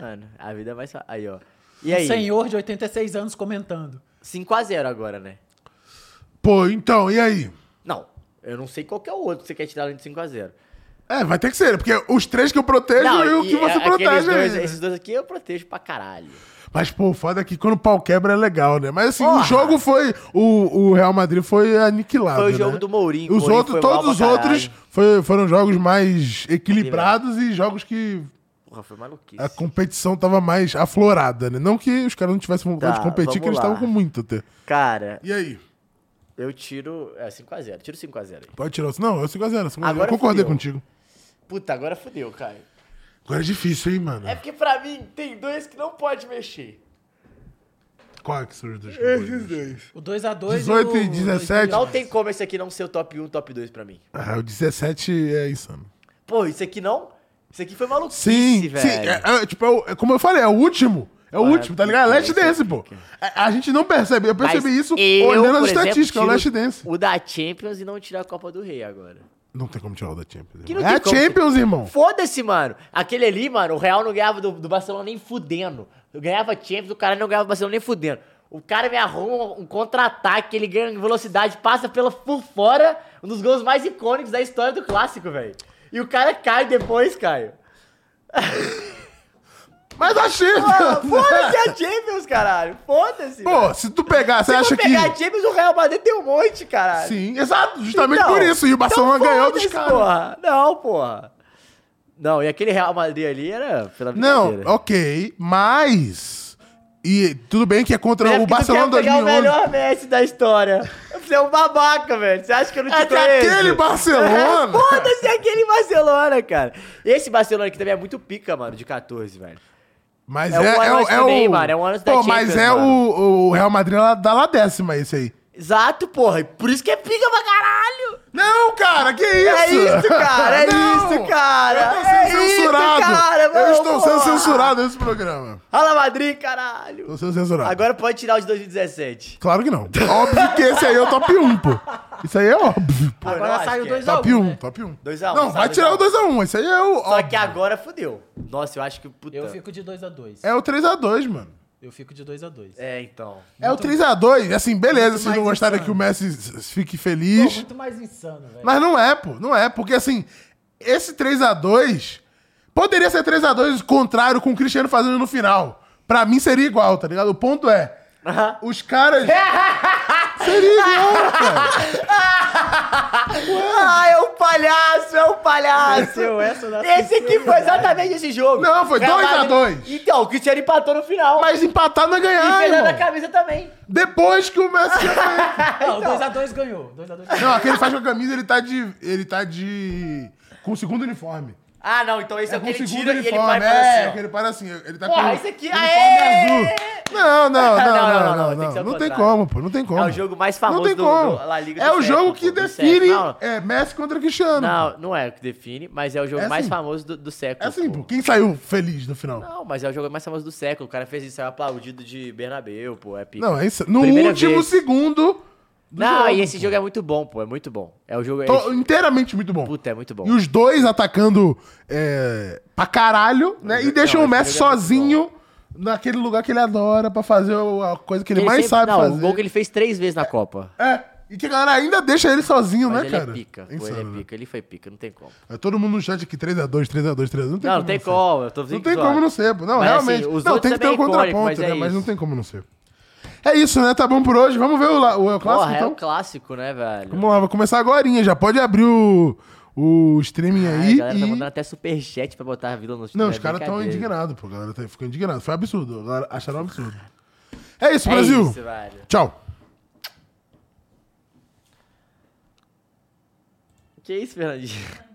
mano, a vida vai. sa- Aí, ó. E aí?
Um senhor de 86 anos comentando.
5x0 agora, né?
Pô, então, e aí?
Não, eu não sei qual que é o outro que você quer tirar além de 5x0.
É, vai ter que ser, porque os três que eu protejo e o que você
é aqueles
protege.
dois,
aí, né?
Esses dois aqui eu protejo pra caralho.
Mas, pô, o foda é que quando o pau quebra é legal, né? Mas, assim,
Porra!
o jogo foi... O, o Real Madrid foi aniquilado,
Foi o jogo
né?
do Mourinho, o
Os
Mourinho
outros,
foi mal
todos os
pra caralho.
outros foi- foram jogos mais equilibrados e jogos que
Porra, foi maluquice.
a competição tava mais aflorada, né? Não que os caras não tivessem vontade
Tá,
de competir,
vamos
que eles
lá.
estavam com muito até.
Cara,
E aí?
eu tiro. É 5x0, tiro 5x0 aí.
Pode tirar o... Não, eu 5x0. Eu
Agora
concordei
fudeu.
contigo.
Puta, agora fodeu, Caio.
Agora é difícil, hein, mano?
É porque pra mim tem dois que não pode mexer.
Qual é que são os dois? que eu vou dizer?
O 2x2
18 e 17.
Não tem como esse aqui não ser o top 1, top 2 pra mim.
Ah, o 17 é insano.
Pô, isso aqui não? Isso aqui foi maluquice,
Sim,
velho.
sim. É, é, tipo, é, o- é como eu falei, é o último. É o
Ah,
último, tá ligado? É Last
pica,
Dance, pô. É,
pica.
A, a gente não percebe. Eu
Mas
percebi isso
eu,
olhando
por
as
exemplo,
estatísticas. É o
tiro
Last Dance.
O da Champions e não tirar a Copa do Rei agora.
Não tem como tirar o da Champions.
Que não
irmão.
tem
É a
como-
Champions, irmão.
Foda-se, mano. Aquele ali, mano, o Real não ganhava do, do Barcelona nem fudendo. Eu ganhava Champions, o cara não ganhava do Barcelona nem fudendo. O cara me arruma um contra-ataque, ele ganha em velocidade, passa pela, por fora, um dos gols mais icônicos da história do clássico, velho. E o cara cai depois, Caio.
Mas a
Ah, [laughs]
Champions.
Foda-se a Champions, caralho. Foda-se.
[laughs] Pô, se tu pegar, você
Se
acha
for
que.
pegar a Champions, o Real Madrid tem um monte, caralho.
Sim, exato. Justamente
Então,
por isso. E o Barcelona
então
ganhou dos
foda-se,
caras.
Porra. Não, porra. Não, e aquele Real Madrid ali era pela
Não,
brincadeira.
ok. Mas. E tudo bem que é contra
Deve
o
que tu
Barcelona
quer pegar
2011.
o melhor Messi da história. Você é um babaca, velho. Você acha que eu não te
É que
conheço?
aquele Barcelona-
Foda-se é aquele Barcelona, cara. Esse Barcelona aqui também é muito pica, mano, de 14, velho.
Mas
É
é,
o
é,
one
o-
antes
é,
do
o.
Neymar, é o one antes da
Pô, mas
Champions,
é
mano.
o, o Real Madrid lá dá lá décima, esse aí.
Exato, porra. E Por isso que é pica pra caralho.
Não, cara, que
É
isso?
isso, cara. É
[laughs] Não!
isso, cara.
Eu estou sendo
é
censurado.
Isso, cara,
eu
mano,
estou sendo
porra.
censurado nesse programa.
Fala Madrid, caralho.
Estou sendo censurado.
Agora pode tirar os 2017.
Claro que não. Óbvio que esse aí é o top 1, pô. Isso aí é óbvio. pô.
eu
Agora
acho
saiu
que é.
2x1.
Top 1,
né?
top 1.
2x1,
Não, vai
sabe,
tirar o
2x1.
2x1. Esse aí é o.
Só
óbvio.
que agora fudeu. Nossa, eu acho que. Puta.
Eu fico de 2x2.
É o 3x2, mano.
Eu fico de 2x2.
É, então. [laughs]
É o 3x2, assim, beleza,
muito
se não
mais
gostarem
insano.
que o Messi s- fique
Pô,
feliz.
muito mais insano, velho.
Mas não é, pô, não é. Porque, assim, esse 3x2 poderia ser 3x2 contrário com o Cristiano fazendo no final. Pra mim seria igual, tá ligado? O ponto é,
Aham. [laughs]
os caras... seria igual, cara.
Ah, é um palhaço, é um palhaço.
Seu, essa da
Esse aqui foi exatamente esse jogo.
Não, foi
Gravado-
2x2.
Então, o Cristiano empatou no final.
Mas empatar não é
e
ganhar,
fez a da
irmão.
camisa também. Então.
Depois que o Messi...
Não, 2x2 ganhou. 2x2 ganhou.
não, aquele faz com a camisa, ele tá de... Ele tá de... Com o segundo uniforme.
Ah, não, então esse é o que
com
ele
segundo
tira e ele para
uniforme,
e faz
é,
assim, ó.
que ele para assim, ele tá
Porra,
com
esse aqui,
uniforme
aê! [laughs]
Não, não, não,
Não, não,
não,
não,
não,
tem que
não,
ser ao
não tem
contrário.
como, pô, não tem como.
É o jogo mais famoso
Não tem
do-
como.
do- La Liga do
É
século,
o jogo
pô,
que
do século.
define
Não.
é Messi contra Cristiano.
Não, não é o que define, mas é o jogo
É
mais
assim.
famoso do, do século.
É assim, pô,
pô.
quem saiu feliz no final?
Não, mas é o jogo mais famoso do século. O cara fez isso, saiu aplaudido de Bernabeu, pô, é pica.
Não, é isso. No
Primeira
último
vez.
segundo do
Não,
jogo,
e esse
pô.
jogo é muito bom, pô, é muito bom. É o jogo...
Tô inteiramente muito bom.
Puta, é muito bom.
E os dois atacando é, pra caralho, né? E deixam
Não,
o Messi
esse jogo é muito
sozinho naquele lugar que ele adora pra fazer o- a coisa que ele, mais
sempre-
sabe
não,
fazer.
o gol que ele fez três vezes na Copa.
É. E que a galera ainda deixa ele sozinho,
Mas
né,
ele
cara?
é pica. Pô,
Insano,
ele é
né?
pica. Ele foi pica. Não tem como.
É todo mundo no chat aqui, 3x2, 3x2, 3x2. Não tem
não,
como
não tem
ser.
como. Eu tô
Não tem como não ser. pô. Não,
Mas, assim,
realmente.
os
não,
outros
tem que ter
também
um
é icônico, mas
contraponto,
é
né? Mas não
isso.
tem como não ser. É isso, né? Tá bom por hoje. Vamos ver o, la- o, o clássico,
Porra, é
então?
o clássico, né, velho?
Vamos lá, vai começar agorinha. Já pode abrir o, o streaming
Ai, a
é aí.
galera
e-
tá mandando até superchat pra botar a vila no
Não,
é
os caras estão
brincadeira.
indignados, pô. A galera tá, ficou indignada. Foi um absurdo. A galera acharam um absurdo. É isso,
É
Brasil.
isso, velho.
Tchau.
Que isso, Fernandinho?